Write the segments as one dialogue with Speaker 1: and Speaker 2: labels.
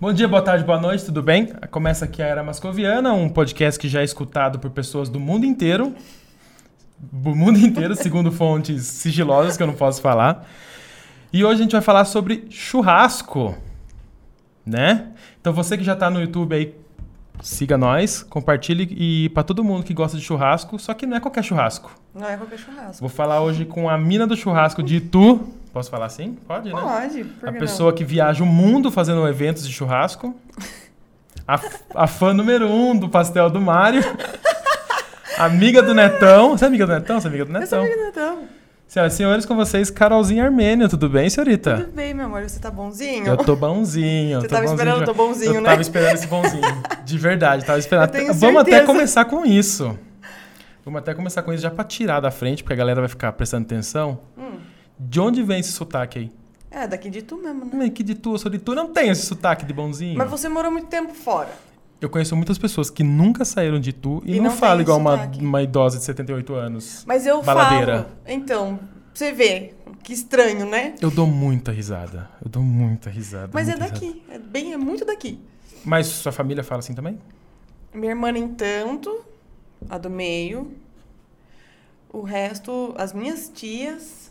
Speaker 1: Bom dia, boa tarde, boa noite, tudo bem? Começa aqui a Era Mascoviana, um podcast que já é escutado por pessoas do mundo inteiro. Do mundo inteiro, segundo fontes sigilosas que eu não posso falar. E hoje a gente vai falar sobre churrasco, né? Então você que já tá no YouTube aí, siga nós, compartilhe e para todo mundo que gosta de churrasco, só que não é qualquer churrasco.
Speaker 2: Não é qualquer churrasco.
Speaker 1: Vou falar hoje com a mina do churrasco de Itu. Posso falar assim? Pode, né?
Speaker 2: Pode, por
Speaker 1: A
Speaker 2: que
Speaker 1: pessoa que viaja o mundo fazendo eventos de churrasco. A, f- a fã número um do pastel do Mário. Amiga do Netão. Você é amiga do Netão? Você é amiga do
Speaker 2: não? Eu sou
Speaker 1: Netão.
Speaker 2: amiga do Netão.
Speaker 1: Senhoras e senhores, com vocês, Carolzinha Armênia. Tudo bem, senhorita?
Speaker 2: Tudo bem, meu amor, você tá bonzinho?
Speaker 1: Eu tô bonzinho.
Speaker 2: Você
Speaker 1: tô
Speaker 2: tava
Speaker 1: bonzinho
Speaker 2: esperando,
Speaker 1: já.
Speaker 2: tô bonzinho,
Speaker 1: eu
Speaker 2: né?
Speaker 1: tava esperando esse bonzinho. De verdade, tava esperando.
Speaker 2: Eu tenho
Speaker 1: Até- Vamos até
Speaker 2: certeza.
Speaker 1: começar com isso. Vamos até começar com isso já pra tirar da frente, porque a galera vai ficar prestando atenção.
Speaker 2: Hum.
Speaker 1: De onde vem esse sotaque aí?
Speaker 2: É, daqui de tu mesmo, né?
Speaker 1: Mas que de tu, eu sou de tu, eu não tem esse sotaque de bonzinho.
Speaker 2: Mas você morou muito tempo fora.
Speaker 1: Eu conheço mutas pessoas que nunca saíram de tu e,
Speaker 2: E
Speaker 1: não,
Speaker 2: não
Speaker 1: falam
Speaker 2: tem
Speaker 1: igual uma,
Speaker 2: sotaque.
Speaker 1: uma idosa de 78 anos.
Speaker 2: Mas eu
Speaker 1: Baladeira.
Speaker 2: falo. Então, você vê. Que estranho, né?
Speaker 1: Eu dou muita risada. Eu dou muita risada.
Speaker 2: Mas é
Speaker 1: muita risada.
Speaker 2: daqui. É bem, é muito daqui.
Speaker 1: Mas sua família fala assim também?
Speaker 2: Minha irmã, nem tanto. A do meio. O resto, as minhas tias.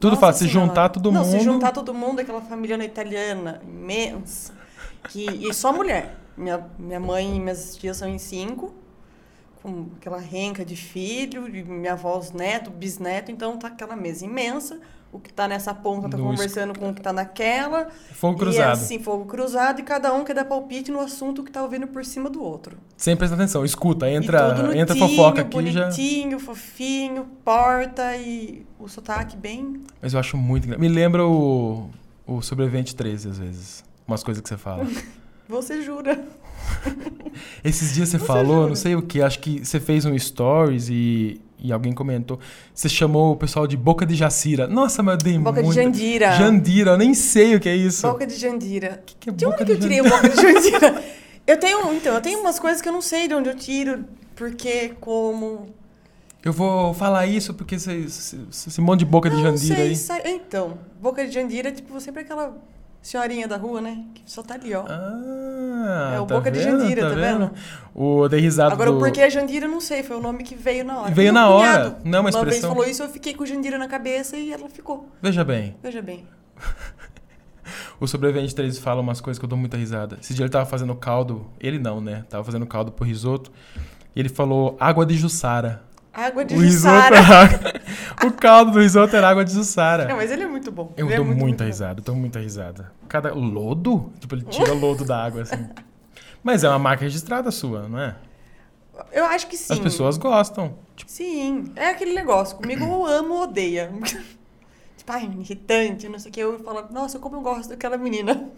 Speaker 1: Tudo
Speaker 2: Nossa
Speaker 1: fala, se
Speaker 2: Senhora.
Speaker 1: juntar todo
Speaker 2: Não,
Speaker 1: mundo.
Speaker 2: se juntar todo mundo, aquela família italiana imensa. Que, e só mulher. Minha, minha mãe e minhas tias são em cinco, com aquela renca de filho, e minha avó, os netos, bisneto. Então tá aquela mesa imensa. O que tá nessa ponta tá
Speaker 1: No
Speaker 2: conversando com o que tá naquela.
Speaker 1: Fogo
Speaker 2: E
Speaker 1: cruzado.
Speaker 2: assim, fogo cruzado, e cada um quer dar palpite no assunto que tá ouvindo por cima do outro.
Speaker 1: Sem prestar atenção. Escuta,
Speaker 2: e tudo
Speaker 1: entra,
Speaker 2: no
Speaker 1: entra
Speaker 2: tinho,
Speaker 1: fofoca aqui já.
Speaker 2: bonitinho, fofinho, porta e o sotaque bem
Speaker 1: Mas eu acho muito engraçado. Me lembra o, o Sobrevivente 13, às vezes. Umas coisas que você fala.
Speaker 2: Você jura?
Speaker 1: Esses dias você
Speaker 2: Você
Speaker 1: falou,
Speaker 2: jura?
Speaker 1: não sei o que, acho que você fez um stories e, e alguém comentou. Você chamou o pessoal de Boca de Jacira. Nossa, mas eu dei
Speaker 2: Boca de
Speaker 1: muita-
Speaker 2: Jandira.
Speaker 1: Jandira, eu nem sei o que é isso.
Speaker 2: Boca de Jandira.
Speaker 1: Que que é
Speaker 2: de
Speaker 1: boca
Speaker 2: onde
Speaker 1: de
Speaker 2: que eu tirei o boca de Jandira? Eu tenho, então, eu tenho umas coisas que eu não sei de onde eu tiro, por quê, como.
Speaker 1: Eu vou falar isso porque esse, esse- esse monte de Boca de
Speaker 2: Ah, não
Speaker 1: Jandira
Speaker 2: sei,
Speaker 1: aí.
Speaker 2: sai- Então, boca de Jandira é tipo sempre aquela senhorinha da rua, né? Que só tá ali, ó.
Speaker 1: Ah,
Speaker 2: É o
Speaker 1: tá
Speaker 2: Boca de
Speaker 1: vendo?
Speaker 2: Jandira,
Speaker 1: tá
Speaker 2: tá vendo?
Speaker 1: O eu dei risada
Speaker 2: Agora,
Speaker 1: Ah, do...
Speaker 2: o porquê é Jandira, eu não sei, foi o nome que veio na hora.
Speaker 1: Veio
Speaker 2: Meu
Speaker 1: na hora,
Speaker 2: cunhado
Speaker 1: não é uma
Speaker 2: vez
Speaker 1: expressão?
Speaker 2: falou isso, eu fiquei com Jandira na cabeça e ela ficou.
Speaker 1: Veja bem,
Speaker 2: Veja bem.
Speaker 1: o Sobrevivente 13 fala umas coisas que eu dou muita risada. Esse dia ele tava fazendo caldo, ele não, né? Tava fazendo caldo pro risoto. E ele falou água de Jussara.
Speaker 2: Água de
Speaker 1: O é- risoto
Speaker 2: Jussara.
Speaker 1: era água. O caldo do risoto era água de Jussara.
Speaker 2: Não, mas ele é muito bom.
Speaker 1: Eu
Speaker 2: ele é
Speaker 1: dou
Speaker 2: muito,
Speaker 1: muita
Speaker 2: muito bom.
Speaker 1: risada, eu dou muita risada. Cada lodo? Tipo, ele tira lodo da água, assim. Mas é uma marca registrada sua, não é?
Speaker 2: Eu acho que sim.
Speaker 1: As pessoas gostam. Tipo,
Speaker 2: Sim, é aquele negócio. Comigo eu amo ou odeia. Tipo, ai, irritante, não sei o que. Eu falo, nossa, como eu gosto daquela menina.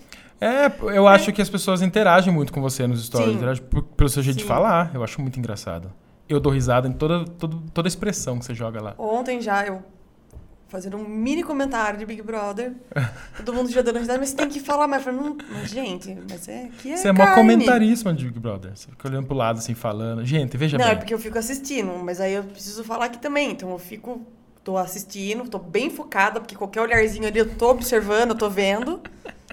Speaker 1: é, eu acho que as pessoas interagem muito com você nos stories.
Speaker 2: Sim.
Speaker 1: Interagem por- pelo seu jeito de
Speaker 2: Sim.
Speaker 1: falar. Eu acho muito engraçado. Eu dou risada em toda, todo- toda expressão que você joga lá.
Speaker 2: Ontem já eu fazendo um mini comentário de Big Brother. Todo mundo já dando risada, mas você tem que falar mais. Eu falo, não, mas gente, mas é que é
Speaker 1: Você é mó
Speaker 2: carne."
Speaker 1: comentaríssima de Big Brother. Você fica olhando pro lado, assim, falando. Gente, veja
Speaker 2: Não, é
Speaker 1: bem.
Speaker 2: porque eu fico assistindo, mas aí eu preciso falar aqui também. Então eu fico, tô assistindo, tô bem focada, porque qualquer olharzinho ali eu tô observando, eu tô vendo.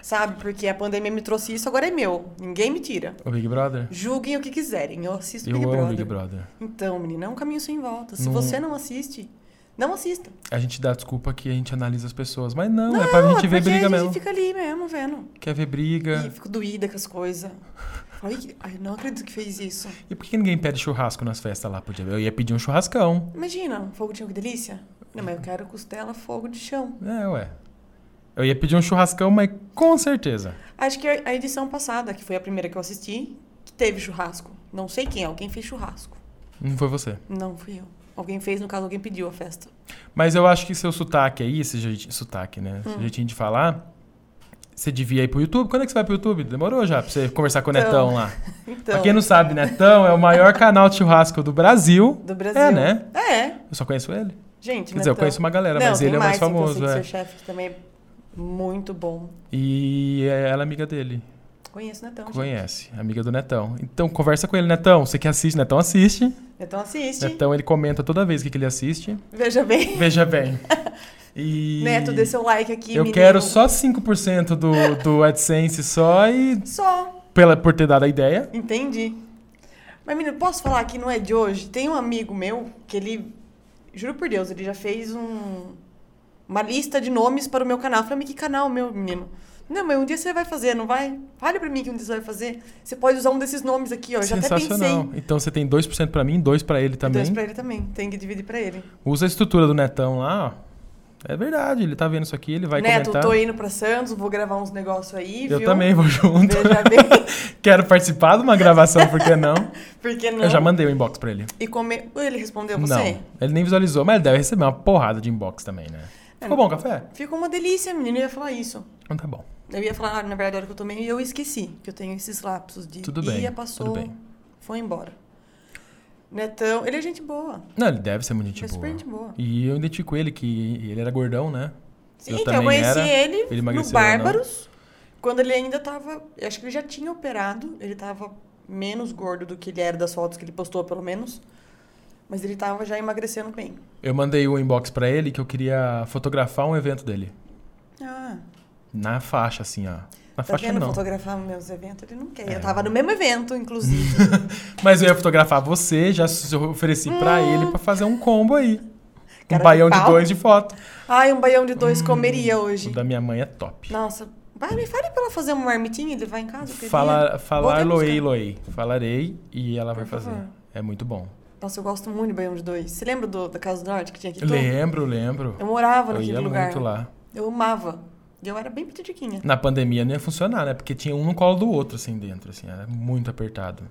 Speaker 2: Sabe? Porque a pandemia me trouxe isso, agora é meu. Ninguém me tira.
Speaker 1: O Big Brother?
Speaker 2: Julguem o que quiserem. Eu assisto
Speaker 1: eu
Speaker 2: Big,
Speaker 1: amo
Speaker 2: Brother.
Speaker 1: Big Brother.
Speaker 2: Então, menina, é um caminho sem volta. Se
Speaker 1: Não-
Speaker 2: você não assiste, não assista.
Speaker 1: A gente dá desculpa que a gente analisa as pessoas. Mas não, é pra gente ver
Speaker 2: porque
Speaker 1: briga
Speaker 2: a gente
Speaker 1: mesmo. É.
Speaker 2: fica ali mesmo vendo.
Speaker 1: Quer ver briga.
Speaker 2: E fico doída com as coisas. Ai, que- ai, não acredito que fez isso.
Speaker 1: E por que ninguém pede churrasco nas festas lá? Podia... Eu ia pedir um churrascão.
Speaker 2: Imagina, um fogo de chão, que delícia. Não, mas eu quero costela, fogo de chão.
Speaker 1: É, ué. Eu ia pedir um churrascão, mas com certeza.
Speaker 2: Acho que a edição passada, que foi a primeira que eu assisti, que teve churrasco. Não sei quem, alguém fez churrasco.
Speaker 1: Não foi você.
Speaker 2: Não fui eu. Alguém fez, no caso, alguém pediu a festa.
Speaker 1: Mas eu acho que seu sotaque aí, esse jeitinho, sotaque, né?
Speaker 2: Hum.
Speaker 1: Esse jeitinho de falar, você devia ir pro YouTube. Quando é que você vai pro YouTube? Demorou já pra você conversar com o
Speaker 2: Então,
Speaker 1: Netão lá.
Speaker 2: Então,
Speaker 1: Pra quem não sabe, Netão é o maior canal de churrasco do Brasil.
Speaker 2: do Brasil.
Speaker 1: É, né?
Speaker 2: É,
Speaker 1: Eu só conheço ele.
Speaker 2: gente.
Speaker 1: Quer dizer, eu
Speaker 2: Netão.
Speaker 1: conheço uma galera,
Speaker 2: Não, é
Speaker 1: mas
Speaker 2: tem
Speaker 1: ele é mais
Speaker 2: hein, que eu
Speaker 1: famoso.
Speaker 2: sei que
Speaker 1: é.
Speaker 2: Seu chefe que também é muito bom.
Speaker 1: E ela é amiga dele.
Speaker 2: Conheço o Netão. gente.
Speaker 1: Conhece, amiga do Netão. Então conversa com ele, Netão. Você que assiste, Netão assiste.
Speaker 2: Netão assiste.
Speaker 1: Netão ele comenta toda vez o que que ele assiste.
Speaker 2: Veja bem.
Speaker 1: Veja bem. E
Speaker 2: Neto, dê seu like aqui,
Speaker 1: eu
Speaker 2: menino.
Speaker 1: quero só 5% do, do AdSense só e
Speaker 2: Só,
Speaker 1: pela, por ter dado a ideia.
Speaker 2: entendi. Mas, menino, posso falar que não é de hoje? Tem um amigo meu que ele, juro por Deus, ele já fez um, uma lista de nomes para o meu canal. Eu falei, mas que canal meu, menino? Não, mas um dia você vai fazer, não vai? Fale pra mim que um dia você vai fazer. Você pode usar um desses nomes aqui, ó. Eu já até pensei.
Speaker 1: Sensacional. Então você tem 2% pra mim, 2 pra ele também.
Speaker 2: Dois pra ele também. Tem que dividir pra ele.
Speaker 1: Usa a estrutura do Netão lá, ó. É verdade, ele tá vendo isso aqui, ele vai
Speaker 2: Neto,
Speaker 1: comentar.
Speaker 2: tô indo pra Santos, vou gravar uns negócios aí,
Speaker 1: eu
Speaker 2: viu?
Speaker 1: também vou junto.
Speaker 2: Veja bem,
Speaker 1: Quero participar de uma gravação, por que não?
Speaker 2: porque não.
Speaker 1: Eu já mandei o inbox pra ele.
Speaker 2: E come... Ele respondeu
Speaker 1: não,
Speaker 2: você?
Speaker 1: ele nem visualizou, mas ele deve receber uma porrada de inbox também, né?
Speaker 2: É.
Speaker 1: Ficou bom o café?
Speaker 2: Ficou uma delícia, menino. Eu ia falar isso.
Speaker 1: Então tá bom.
Speaker 2: Eu ia falar, ah, na verdade, a hora que eu tomei, eu esqueci que eu tenho esses lapsos de
Speaker 1: Tudo
Speaker 2: ia,
Speaker 1: bem,
Speaker 2: passou,
Speaker 1: tudo bem.
Speaker 2: foi embora. Netão, ele é gente boa.
Speaker 1: Não, ele deve ser muito
Speaker 2: Ele é
Speaker 1: gente
Speaker 2: super
Speaker 1: boa.
Speaker 2: gente boa.
Speaker 1: E eu identifico ele, que ele era gordão, né?
Speaker 2: Sim,
Speaker 1: Eu
Speaker 2: então eu
Speaker 1: também
Speaker 2: conheci
Speaker 1: era,
Speaker 2: ele,
Speaker 1: ele
Speaker 2: no
Speaker 1: emagreceu, né?
Speaker 2: Bárbaros, quando ele ainda tava. Eu acho que ele já tinha operado, ele tava menos gordo do que ele era das fotos que ele postou, pelo menos. Mas ele tava já emagrecendo bem.
Speaker 1: Eu mandei o inbox pra ele que eu queria fotografar um evento dele.
Speaker 2: Ah,
Speaker 1: Na faixa, assim, ó. Na
Speaker 2: tá
Speaker 1: faixa
Speaker 2: querendo
Speaker 1: não.
Speaker 2: fotografar meus eventos? Ele não quer.
Speaker 1: É.
Speaker 2: Eu tava no mesmo evento, inclusive.
Speaker 1: Mas eu ia fotografar você, já s- ofereci pra ele pra fazer um combo aí.
Speaker 2: Hum. Cara
Speaker 1: Um
Speaker 2: de
Speaker 1: baião de
Speaker 2: pau.
Speaker 1: dois de foto.
Speaker 2: Ai, um baião de dois comeria hoje.
Speaker 1: Hum, O da minha mãe é top.
Speaker 2: Nossa, vai, me fale pra ela fazer uma marmitinha e levar em casa. eu queria.
Speaker 1: Fala,
Speaker 2: Vou
Speaker 1: falar
Speaker 2: até
Speaker 1: loei,
Speaker 2: buscar.
Speaker 1: loei. Falarei e ela vai
Speaker 2: Por favor.
Speaker 1: fazer. É muito bom.
Speaker 2: Nossa, eu gosto muito de baião de dois. Você lembra do- da Casa do Norte que tinha aqui?
Speaker 1: Lembro, lembro.
Speaker 2: Eu morava
Speaker 1: Eu
Speaker 2: naquele
Speaker 1: ia
Speaker 2: lugar.
Speaker 1: muito lá.
Speaker 2: Eu amava. E eu era bem petitiquinha.
Speaker 1: Na pandemia não ia funcionar, né? Porque tinha um no colo do outro, assim, dentro, assim. Era muito apertado.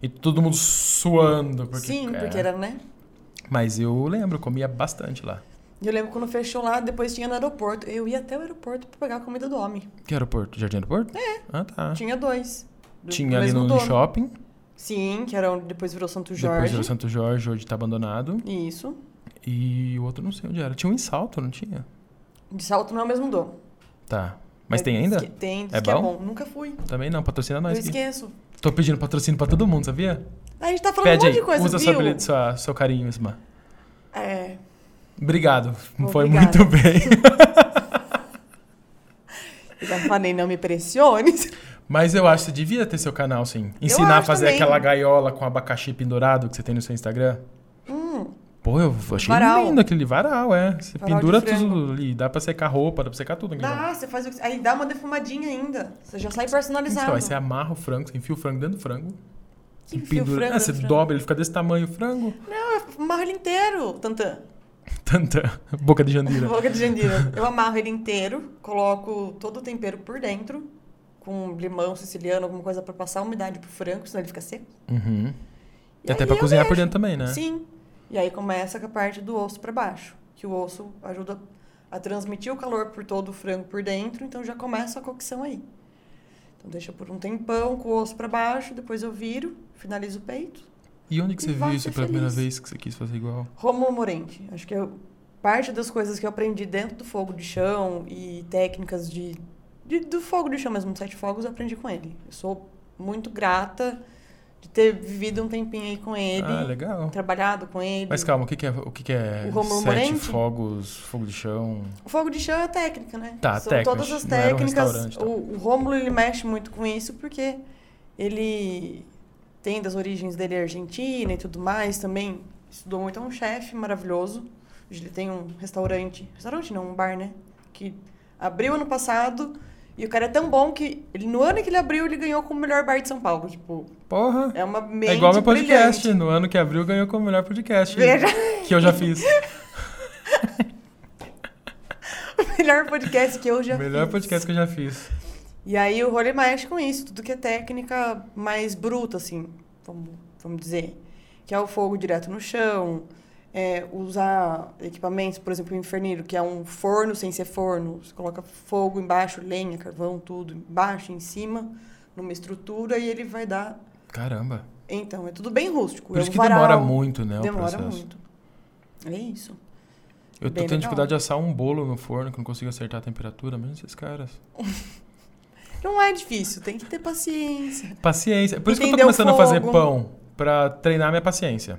Speaker 1: E todo mundo suando. Porque,
Speaker 2: Sim,
Speaker 1: é.
Speaker 2: porque era, né?
Speaker 1: Mas eu lembro, eu comia bastante lá.
Speaker 2: E eu lembro quando fechou lá, depois tinha no aeroporto. Eu ia até o aeroporto pra pegar a comida do homem.
Speaker 1: Que aeroporto? Jardim Aeroporto? É. Ah, tá.
Speaker 2: Tinha dois. Do- do
Speaker 1: Tinha ali
Speaker 2: mesmo
Speaker 1: no, no
Speaker 2: dono.
Speaker 1: shopping.
Speaker 2: Sim, que era onde depois virou Santo
Speaker 1: Depois
Speaker 2: Jorge.
Speaker 1: era o Santo Jorge, hoje tá abandonado.
Speaker 2: Isso.
Speaker 1: E o outro não sei onde era. Tinha um em Salto, não tinha?
Speaker 2: De salto não é o mesmo dono.
Speaker 1: Tá. Mas
Speaker 2: É,
Speaker 1: tem
Speaker 2: diz
Speaker 1: ainda?
Speaker 2: que tem, diz
Speaker 1: É
Speaker 2: que é
Speaker 1: bom?
Speaker 2: bom. Nunca fui.
Speaker 1: Também não, patrocina
Speaker 2: eu
Speaker 1: nós. aqui.
Speaker 2: esqueço.
Speaker 1: Tô pedindo patrocínio pra todo mundo, sabia?
Speaker 2: A gente tá falando
Speaker 1: Pede
Speaker 2: um
Speaker 1: aí,
Speaker 2: monte de coisa,
Speaker 1: usa
Speaker 2: viu?
Speaker 1: sua, habilidade- sua, seu carinho, Isma.
Speaker 2: É.
Speaker 1: Obrigado, foi
Speaker 2: Obrigada.
Speaker 1: muito bem.
Speaker 2: Eu já falei, não me pressione.
Speaker 1: Mas eu acho que você devia ter seu canal, sim. Ensinar a
Speaker 2: acho
Speaker 1: fazer
Speaker 2: também.
Speaker 1: aquela gaiola com abacaxi pendurado que você tem no seu Instagram.
Speaker 2: Hum,
Speaker 1: Pô, eu achei
Speaker 2: Varal.
Speaker 1: lindo aquele varal, é. Você
Speaker 2: Varal de
Speaker 1: pendura
Speaker 2: frango.
Speaker 1: tudo ali, dá pra secar roupa, dá pra secar tudo. aquilo.
Speaker 2: dá, você faz o que... Aí dá uma defumadinha ainda. Você já sai
Speaker 1: Então,
Speaker 2: personalizado.
Speaker 1: aí você amarra o frango, você enfia o frango dentro do frango.
Speaker 2: Que
Speaker 1: e
Speaker 2: enfia o frango
Speaker 1: Ah, você
Speaker 2: no frango.
Speaker 1: dobra, ele fica desse tamanho o frango.
Speaker 2: Não, eu amarro ele inteiro, Tantan.
Speaker 1: Tanta boca de jandira.
Speaker 2: Boca de jandira. Eu amarro ele inteiro, coloco todo o tempero por dentro, com limão siciliano, alguma coisa pra passar umidade pro frango, senão ele fica seco.
Speaker 1: Uhum. E
Speaker 2: aí
Speaker 1: até pra
Speaker 2: eu
Speaker 1: cozinhar por
Speaker 2: deixo.
Speaker 1: dentro também, né?
Speaker 2: Sim. E aí começa com a parte do osso pra baixo, que o osso ajuda a transmitir o calor por todo o frango por dentro, então já começa a cocção aí. Então deixa por um tempão com o osso pra baixo, depois eu viro, finalizo o peito.
Speaker 1: E onde que
Speaker 2: E
Speaker 1: você
Speaker 2: vá
Speaker 1: viu isso
Speaker 2: ser
Speaker 1: pela primeira
Speaker 2: feliz.
Speaker 1: vez que você quis fazer igual?
Speaker 2: Rômulo Morente, acho que eu, parte das coisas que eu aprendi dentro do fogo de chão e técnicas de, de- do fogo de chão mesmo, do sete fogos, eu aprendi com ele. Eu sou muito grata de ter vivido um tempinho aí com ele,
Speaker 1: Ah, legal.
Speaker 2: trabalhado com ele.
Speaker 1: Mas calma, o que, que é, o que, que é
Speaker 2: O Rômulo
Speaker 1: sete
Speaker 2: Morente?
Speaker 1: fogos, fogo de chão?
Speaker 2: O fogo de chão é a técnica, né?
Speaker 1: Tá,
Speaker 2: São
Speaker 1: técnicas,
Speaker 2: todas as
Speaker 1: não era um
Speaker 2: técnicas.
Speaker 1: restaurante, tá.
Speaker 2: o, o Rômulo ele mexe muito com isso porque ele tem das origens dele argentina e tudo mais também. Estudou muito, é um chefe maravilhoso. Hoje Ele tem um restaurante, restaurante não, um bar, né? Que abriu ano passado e o cara é tão bom que ele, no ano que ele abriu ele ganhou como melhor bar de São Paulo. Tipo,
Speaker 1: Porra!
Speaker 2: é uma mente
Speaker 1: É igual meu podcast.
Speaker 2: brilhante.
Speaker 1: No ano que abriu, ganhou como melhor podcast. né?
Speaker 2: Veja,
Speaker 1: Que eu já fiz.
Speaker 2: o melhor podcast que eu já
Speaker 1: melhor
Speaker 2: fiz.
Speaker 1: podcast que eu já fiz.
Speaker 2: E aí o rolê mexe com isso, tudo que é técnica mais bruta, assim, vamos, vamos dizer. Que é o fogo direto no chão, é, usar equipamentos, por exemplo, o inferneiro, que é um forno sem ser forno. Você coloca fogo embaixo, lenha, carvão, tudo embaixo, em cima, numa estrutura, e ele vai dar.
Speaker 1: Caramba.
Speaker 2: Então, é tudo bem rústico.
Speaker 1: Por
Speaker 2: é
Speaker 1: isso
Speaker 2: um
Speaker 1: que
Speaker 2: varal,
Speaker 1: demora muito, né? o
Speaker 2: Demora
Speaker 1: processo.
Speaker 2: muito. É isso.
Speaker 1: Eu tô
Speaker 2: Bem
Speaker 1: tendo
Speaker 2: legal.
Speaker 1: dificuldade de assar um bolo no forno, que eu não consigo acertar a temperatura, mesmo esses caras.
Speaker 2: Não é difícil, tem que ter paciência.
Speaker 1: Paciência. Por isso que eu tô
Speaker 2: Entender o
Speaker 1: começando a fazer
Speaker 2: fogo.
Speaker 1: pão. Pra treinar minha paciência.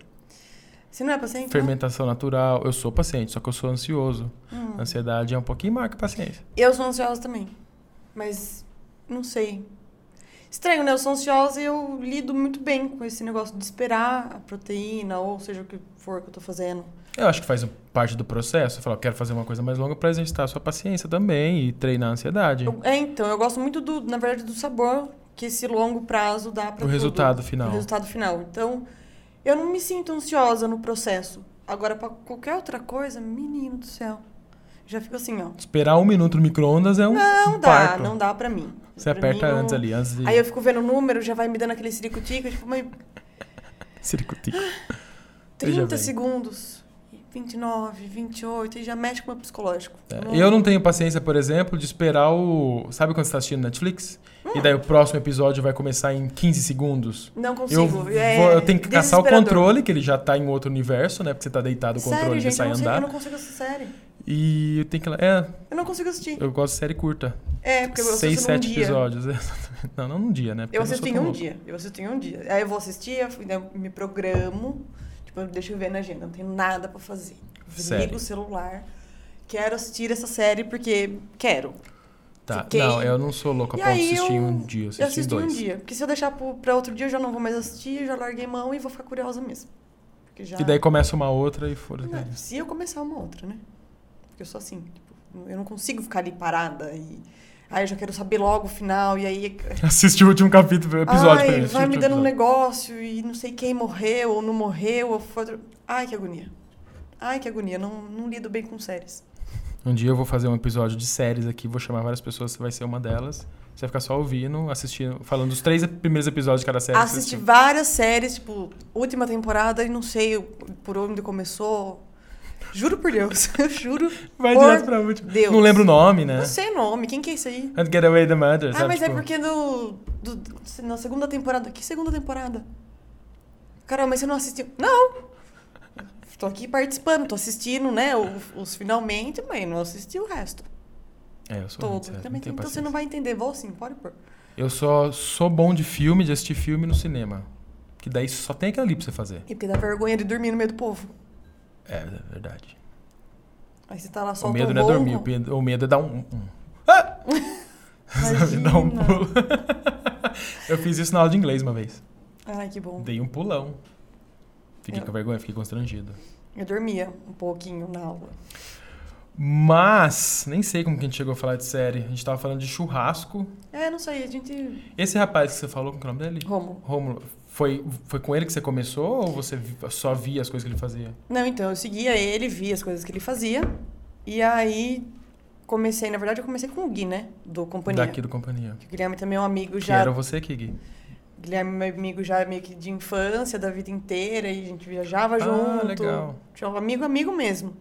Speaker 2: Você não é paciente? não?
Speaker 1: Fermentação natural. Eu sou paciente, só que eu sou ansioso.
Speaker 2: Hum.
Speaker 1: Ansiedade é um pouquinho maior que paciência.
Speaker 2: Eu sou ansiosa também. Mas não sei. Estranho, né? Eu sou ansiosa e eu lido muito bem com esse negócio de esperar a proteína, ou seja o que for que eu tô fazendo.
Speaker 1: Eu acho que faz um parte do processo. Falar, eu quero fazer uma coisa mais longa para exercitar a sua paciência também e treinar a ansiedade.
Speaker 2: Eu- é, então, eu gosto muito do, na verdade, do sabor que esse longo prazo dá para
Speaker 1: O resultado final.
Speaker 2: O resultado final. Então, eu não me sinto ansiosa no processo. Agora, para qualquer outra coisa, menino do céu, já fico assim, ó.
Speaker 1: Esperar um minuto no micro-ondas é um
Speaker 2: Não dá,
Speaker 1: parto.
Speaker 2: não dá para mim.
Speaker 1: Você
Speaker 2: Pra mim,
Speaker 1: aperta
Speaker 2: não-
Speaker 1: antes ali, antes de
Speaker 2: Aí eu fico vendo o número, já vai me dando aquele ciricutico, tipo, mas
Speaker 1: circuitico. Veja
Speaker 2: 30
Speaker 1: bem.
Speaker 2: segundos, 29, 28, e já mexe com o meu psicológico.
Speaker 1: É, Eu não tenho paciência, por exemplo, de esperar o. Sabe quando você tá assistindo Netflix?
Speaker 2: Hum.
Speaker 1: E daí o próximo episódio vai começar em 15 segundos.
Speaker 2: não
Speaker 1: Eu,
Speaker 2: consigo.
Speaker 1: vou-
Speaker 2: é
Speaker 1: eu tenho que caçar o
Speaker 2: desesperador.
Speaker 1: controle, que ele já tá em outro universo, né? Porque você tá deitado, o
Speaker 2: Sério,
Speaker 1: controle já
Speaker 2: gente, eu
Speaker 1: sai
Speaker 2: não, sei,
Speaker 1: andar.
Speaker 2: eu não consigo assistir série.
Speaker 1: E eu tenho que. É,
Speaker 2: Eu não consigo assistir.
Speaker 1: eu gosto de série curta.
Speaker 2: É, porque eu assisto
Speaker 1: Seis,
Speaker 2: num
Speaker 1: sete
Speaker 2: dia.
Speaker 1: episódios. exatamente. Não, não num dia, né? Porque
Speaker 2: Eu
Speaker 1: não sou
Speaker 2: assisto em
Speaker 1: tão
Speaker 2: um
Speaker 1: louco.
Speaker 2: dia. Eu assisto em um dia. Aí eu vou assistir, eu fui- eu me programo. Tipo, eu- deixa eu ver na agenda. Não tenho nada pra fazer.
Speaker 1: Sério.
Speaker 2: Desligo o celular. Quero assistir essa série porque quero.
Speaker 1: Tá.
Speaker 2: Fiquei-
Speaker 1: Não, eu não sou louco a
Speaker 2: E
Speaker 1: ponto de
Speaker 2: aí
Speaker 1: assistir em
Speaker 2: eu-
Speaker 1: um dia, eu assisti
Speaker 2: eu
Speaker 1: em
Speaker 2: assisto em um
Speaker 1: dois.
Speaker 2: dia. Porque se eu deixar pro- pra outro dia, eu já não vou mais assistir. Eu já larguei mão e vou ficar curiosa mesmo. Porque já...
Speaker 1: E daí começa uma outra e fora.
Speaker 2: Não, é, se eu começar uma outra, né? Porque eu sou assim, tipo, eu não consigo ficar ali parada e. Aí eu já quero saber logo o final, e aí.
Speaker 1: Assiste o último capítulo, episódio pra
Speaker 2: Ai,
Speaker 1: mim. assiste o
Speaker 2: vai me
Speaker 1: último
Speaker 2: dando um
Speaker 1: episódio.
Speaker 2: negócio e não sei quem morreu ou não morreu. Ou foi outro... Ai, que agonia. Ai, que agonia. Não, não lido bem com séries.
Speaker 1: Um dia eu vou fazer um episódio de séries aqui, vou chamar várias pessoas, você vai ser uma delas. Você vai ficar só ouvindo, assistindo, falando dos três primeiros episódios de cada série. que você
Speaker 2: Assisti
Speaker 1: assistiu.
Speaker 2: várias séries, tipo, última temporada e não sei por onde começou. Juro por Deus. Eu juro.
Speaker 1: Vai
Speaker 2: por
Speaker 1: direto pra última.
Speaker 2: Deus.
Speaker 1: Não lembro o nome, né?
Speaker 2: Não sei o nome. Quem que é isso aí?
Speaker 1: And Get Away the Murder,
Speaker 2: Ah,
Speaker 1: sabe?
Speaker 2: mas é
Speaker 1: Tipo,
Speaker 2: porque no, do- do- na segunda temporada. Que segunda temporada? Carol, mas você não assistiu. Não! Tô aqui participando, tô assistindo, né? o- Os, finalmente, mas não assisti o resto.
Speaker 1: É, eu sou ruim de
Speaker 2: todo.
Speaker 1: série,
Speaker 2: Também
Speaker 1: não tenho
Speaker 2: tem- então você
Speaker 1: paciência.
Speaker 2: não vai entender. Vou sim, pode pôr.
Speaker 1: Eu só sou bom de filme, de assistir filme no cinema. Que daí só tem aquilo ali pra você fazer.
Speaker 2: E porque dá vergonha de dormir no meio do povo.
Speaker 1: É, é verdade.
Speaker 2: Aí você tá lá só
Speaker 1: o medo não é dormir, o pe- o medo é dar um. um- sabe, dar um pulo. eu fiz isso na aula de inglês uma vez.
Speaker 2: Ai, que bom.
Speaker 1: Dei um pulão. Fiquei
Speaker 2: Eu-
Speaker 1: com vergonha, fiquei constrangido.
Speaker 2: Eu dormia um pouquinho na aula.
Speaker 1: Mas, nem sei como que a gente chegou a falar de série. A gente tava falando de churrasco.
Speaker 2: É, não sei, a gente.
Speaker 1: Esse rapaz que você falou, como é o nome dele?
Speaker 2: Romo.
Speaker 1: Rômulo. Foi, foi com ele que você começou ou você vi- só via as coisas que ele fazia?
Speaker 2: Não, então, eu seguia ele, via as coisas que ele fazia. E aí comecei, na verdade, eu comecei com o Gui, né? Do Companhia.
Speaker 1: Daqui do companhia.
Speaker 2: O Guilherme também é um amigo
Speaker 1: Que
Speaker 2: já.
Speaker 1: era você aqui, Gui.
Speaker 2: Guilherme é meu amigo já meio que de infância, da vida inteira, e a gente viajava
Speaker 1: Ah,
Speaker 2: junto.
Speaker 1: legal.
Speaker 2: Tinha um amigo, amigo mesmo.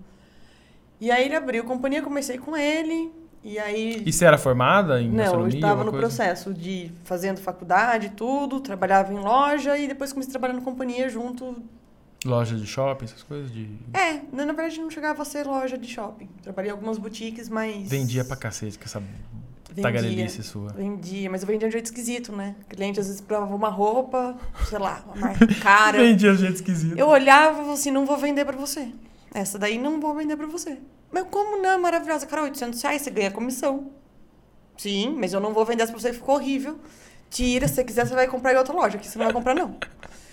Speaker 2: E aí ele abriu companhia, comecei com ele, e aí.
Speaker 1: E você era formada em
Speaker 2: Não, eu
Speaker 1: gastronomia?
Speaker 2: estava
Speaker 1: alguma
Speaker 2: no
Speaker 1: coisa?
Speaker 2: processo de fazendo faculdade, tudo, trabalhava em loja e depois comecei a trabalhar na companhia junto.
Speaker 1: Loja de shopping, essas coisas? De...
Speaker 2: É, na na verdade não chegava a ser loja de shopping. Trabalhei em algumas boutiques, mas.
Speaker 1: Vendia pra cacete com essa
Speaker 2: É, Vendia.
Speaker 1: tagarelice sua.
Speaker 2: Vendia, mas eu vendia de um jeito esquisito, né? O cliente às vezes provava uma roupa, sei lá, uma marca cara.
Speaker 1: Vendia de jeito esquisito.
Speaker 2: Eu olhava e falava assim, não vou vender pra você. Essa daí não vou vender pra você. Mas como não? É maravilhosa. Cara, 800 reais, você ganha comissão. Sim, mas eu não vou vender essa pra você, ficou horrível. Tira, se você quiser, você vai comprar em outra loja. Aqui você não vai comprar, não.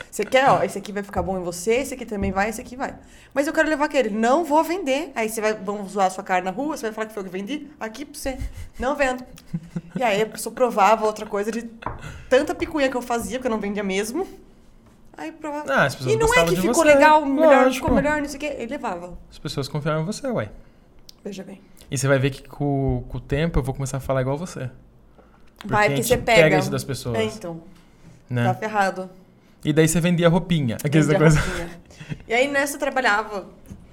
Speaker 2: Você quer, ó, esse aqui vai ficar bom em você, esse aqui também vai, esse aqui vai. Mas eu quero levar aquele. Não vou vender. Aí você vai, vão zoar a sua cara na rua, você vai falar que foi eu que vendi. Aqui pra você. Não vendo. E aí a pessoa provava outra coisa de tanta picuinha que eu fazia, porque eu não vendia mesmo. Aí provava.
Speaker 1: Ah, as pessoas
Speaker 2: E não é
Speaker 1: gostavam
Speaker 2: que
Speaker 1: de
Speaker 2: ficou
Speaker 1: você,
Speaker 2: legal, melhor,
Speaker 1: lógico.
Speaker 2: ficou melhor, não sei o quê. Ele levava.
Speaker 1: As pessoas confiaram em você, ué.
Speaker 2: Veja bem.
Speaker 1: E você vai ver que com, com o tempo eu vou começar a falar igual você. Porque
Speaker 2: Vai,
Speaker 1: a
Speaker 2: porque
Speaker 1: gente
Speaker 2: você pega.
Speaker 1: isso das pessoas,
Speaker 2: É, então.
Speaker 1: né?
Speaker 2: Tá ferrado.
Speaker 1: E daí você vendia roupinha. Aqueles
Speaker 2: Vende a
Speaker 1: negócios.
Speaker 2: roupinha. E aí nessa eu trabalhava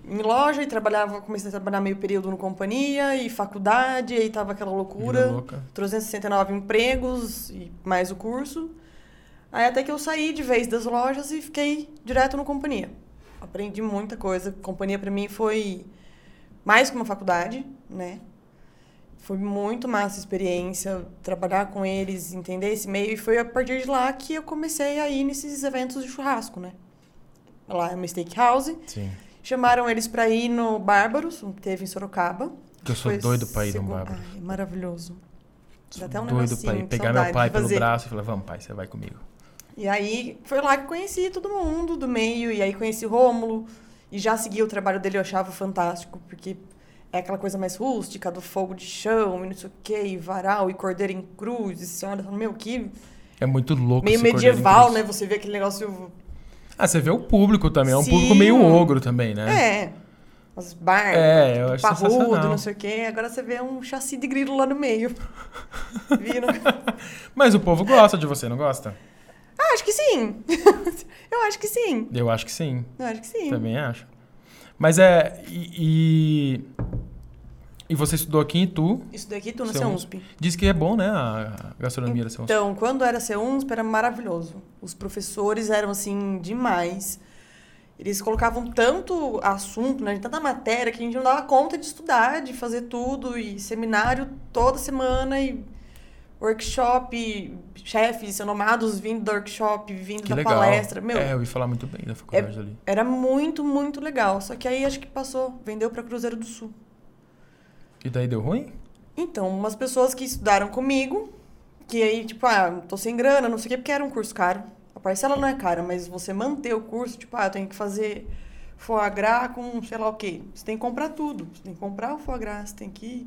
Speaker 2: em loja e trabalhava, comecei a trabalhar meio período no companhia e faculdade, e aí tava aquela
Speaker 1: Vida
Speaker 2: loucura.
Speaker 1: louca.
Speaker 2: 369 empregos e mais o curso. Aí até que eu saí de vez das lojas e fiquei direto no companhia. Aprendi muita coisa. Companhia para mim foi mais que uma faculdade, né? Foi muito massa a experiência, trabalhar com eles, entender esse meio. E foi a partir de lá que eu comecei a ir nesses eventos de churrasco, né? lá é uma steakhouse.
Speaker 1: Sim.
Speaker 2: Chamaram eles pra ir no Bárbaros, um que teve em Sorocaba.
Speaker 1: Que eu sou
Speaker 2: Foi
Speaker 1: doido pra ir no
Speaker 2: segun-
Speaker 1: Bárbaros.
Speaker 2: Ai, é maravilhoso. Dá
Speaker 1: Sou
Speaker 2: até um
Speaker 1: doido pra
Speaker 2: negocinho,
Speaker 1: ir
Speaker 2: que
Speaker 1: pegar
Speaker 2: saudade
Speaker 1: meu
Speaker 2: de
Speaker 1: pai pelo
Speaker 2: fazer.
Speaker 1: braço e falar, vamos, pai, você vai comigo.
Speaker 2: E aí foi lá que conheci todo mundo do meio, e aí conheci o Rômulo, e já segui o trabalho dele, eu achava fantástico, porque é aquela coisa mais rústica, do fogo de chão, e não sei o quê, e varal, e cordeiro em cruz, e senhora, meu, que
Speaker 1: É muito louco
Speaker 2: meio
Speaker 1: esse cordeiro em
Speaker 2: medieval,
Speaker 1: cruz.
Speaker 2: né? Você vê aquele negócio...
Speaker 1: Ah, você vê o público também, é um
Speaker 2: Sim.
Speaker 1: público meio ogro também, né?
Speaker 2: É, as barbas,
Speaker 1: É, eu acho
Speaker 2: parrudo,
Speaker 1: sensacional.
Speaker 2: não sei o quê, agora você vê um chassi de grilo lá no meio. Viram?
Speaker 1: Mas o povo gosta de você, não gosta?
Speaker 2: Ah, acho que sim! eu acho que sim,
Speaker 1: Eu acho que sim,
Speaker 2: eu acho que sim.
Speaker 1: também acho. Mas é. E, e, e você estudou aqui em Itu.
Speaker 2: Isso daqui tu não
Speaker 1: Seu
Speaker 2: é
Speaker 1: USP.
Speaker 2: USP.
Speaker 1: Diz que é bom, né? A a gastronomia da Seus.
Speaker 2: Então, quando era C1, era maravilhoso. Os professores eram, assim, demais. Eles colocavam tanto assunto, né, tanta matéria, que a gente não dava conta de estudar, de fazer tudo, e seminário toda semana, e workshop, e chefes, renomados vindo do workshop, vindo
Speaker 1: Que
Speaker 2: da
Speaker 1: legal.
Speaker 2: palestra. Meu, é
Speaker 1: É, eu ouvi falar muito bem da faculdade ali.
Speaker 2: era muito, muito legal. Só que aí acho que passou, vendeu para Cruzeiro do Sul.
Speaker 1: E daí deu ruim?
Speaker 2: Então, umas pessoas que estudaram comigo, que aí, tipo, ah, tô sem grana, não sei o quê, porque era um curso caro. A parcela não é cara, mas você manter o curso, tipo, ah, eu tenho que fazer foie gras com sei lá o quê. Você tem que comprar tudo. Você tem que comprar o foie gras, você tem que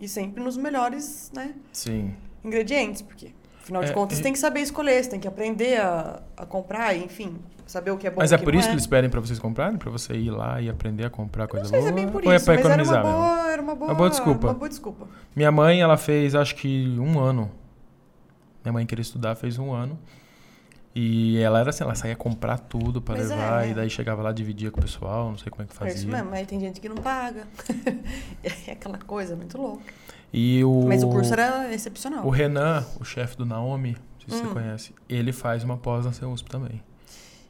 Speaker 2: ir sempre nos melhores, né,
Speaker 1: Sim.
Speaker 2: ingredientes, porque, afinal de
Speaker 1: É,
Speaker 2: contas,
Speaker 1: e-
Speaker 2: você tem que saber escolher, você tem que aprender a, a comprar, enfim, saber o que é bom
Speaker 1: mas
Speaker 2: e
Speaker 1: é
Speaker 2: o que
Speaker 1: por
Speaker 2: não
Speaker 1: isso que eles pedem pra vocês comprarem? Pra você ir lá e aprender a comprar coisa
Speaker 2: Não sei se
Speaker 1: boa?
Speaker 2: é bem por
Speaker 1: Ou
Speaker 2: isso,
Speaker 1: é pra
Speaker 2: mas era uma
Speaker 1: economizar mesmo?
Speaker 2: boa, era uma boa,
Speaker 1: boa desculpa.
Speaker 2: Uma boa desculpa. É
Speaker 1: Minha mãe, ela fez acho que um ano. Minha mãe queria estudar, fez um ano. E ela era assim, ela saía comprar tudo pra
Speaker 2: Mas é,
Speaker 1: levar.
Speaker 2: né?
Speaker 1: E daí chegava lá, dividia com o pessoal, não sei como é que
Speaker 2: É
Speaker 1: fazia.
Speaker 2: isso mesmo, aí tem gente que não paga. é aquela coisa muito louca.
Speaker 1: E o,
Speaker 2: Mas o curso era excepcional.
Speaker 1: o Renan, o chefe do Naomi, não sei se
Speaker 2: Hum.
Speaker 1: você conhece, ele faz uma pós na CEUSP também.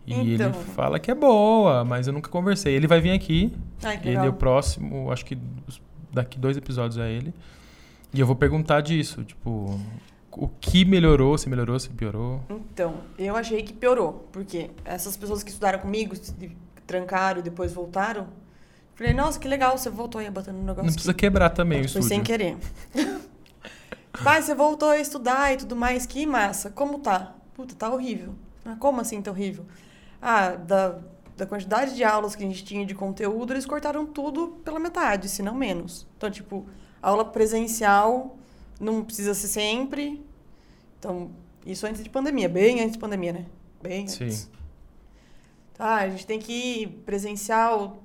Speaker 1: E
Speaker 2: Então.
Speaker 1: ele fala que é boa, mas eu nunca conversei. Ele vai vir aqui,
Speaker 2: Ai, que
Speaker 1: ele é o
Speaker 2: legal.
Speaker 1: próximo, acho que os- daqui dois episódios é ele. E eu vou perguntar disso, tipo, o que melhorou, se melhorou, se piorou.
Speaker 2: Então, eu achei que piorou, porque essas pessoas que estudaram comigo, se de- trancaram e depois voltaram, falei, nossa, que legal, você voltou aí batendo no negócio.
Speaker 1: Não
Speaker 2: que
Speaker 1: precisa quebrar também o
Speaker 2: Foi
Speaker 1: estúdio.
Speaker 2: sem querer. Pai, você voltou a estudar e tudo mais, que massa. Como tá? Puta, tá horrível. Ah, como assim tá horrível? Ah, da, da quantidade de aulas que a gente tinha de conteúdo, eles cortaram tudo pela metade, se não menos. Então, tipo, aula presencial não precisa ser sempre. Então, isso antes de pandemia, bem antes de pandemia, né? Bem antes.
Speaker 1: Sim.
Speaker 2: Ah, a gente tem que ir presencial,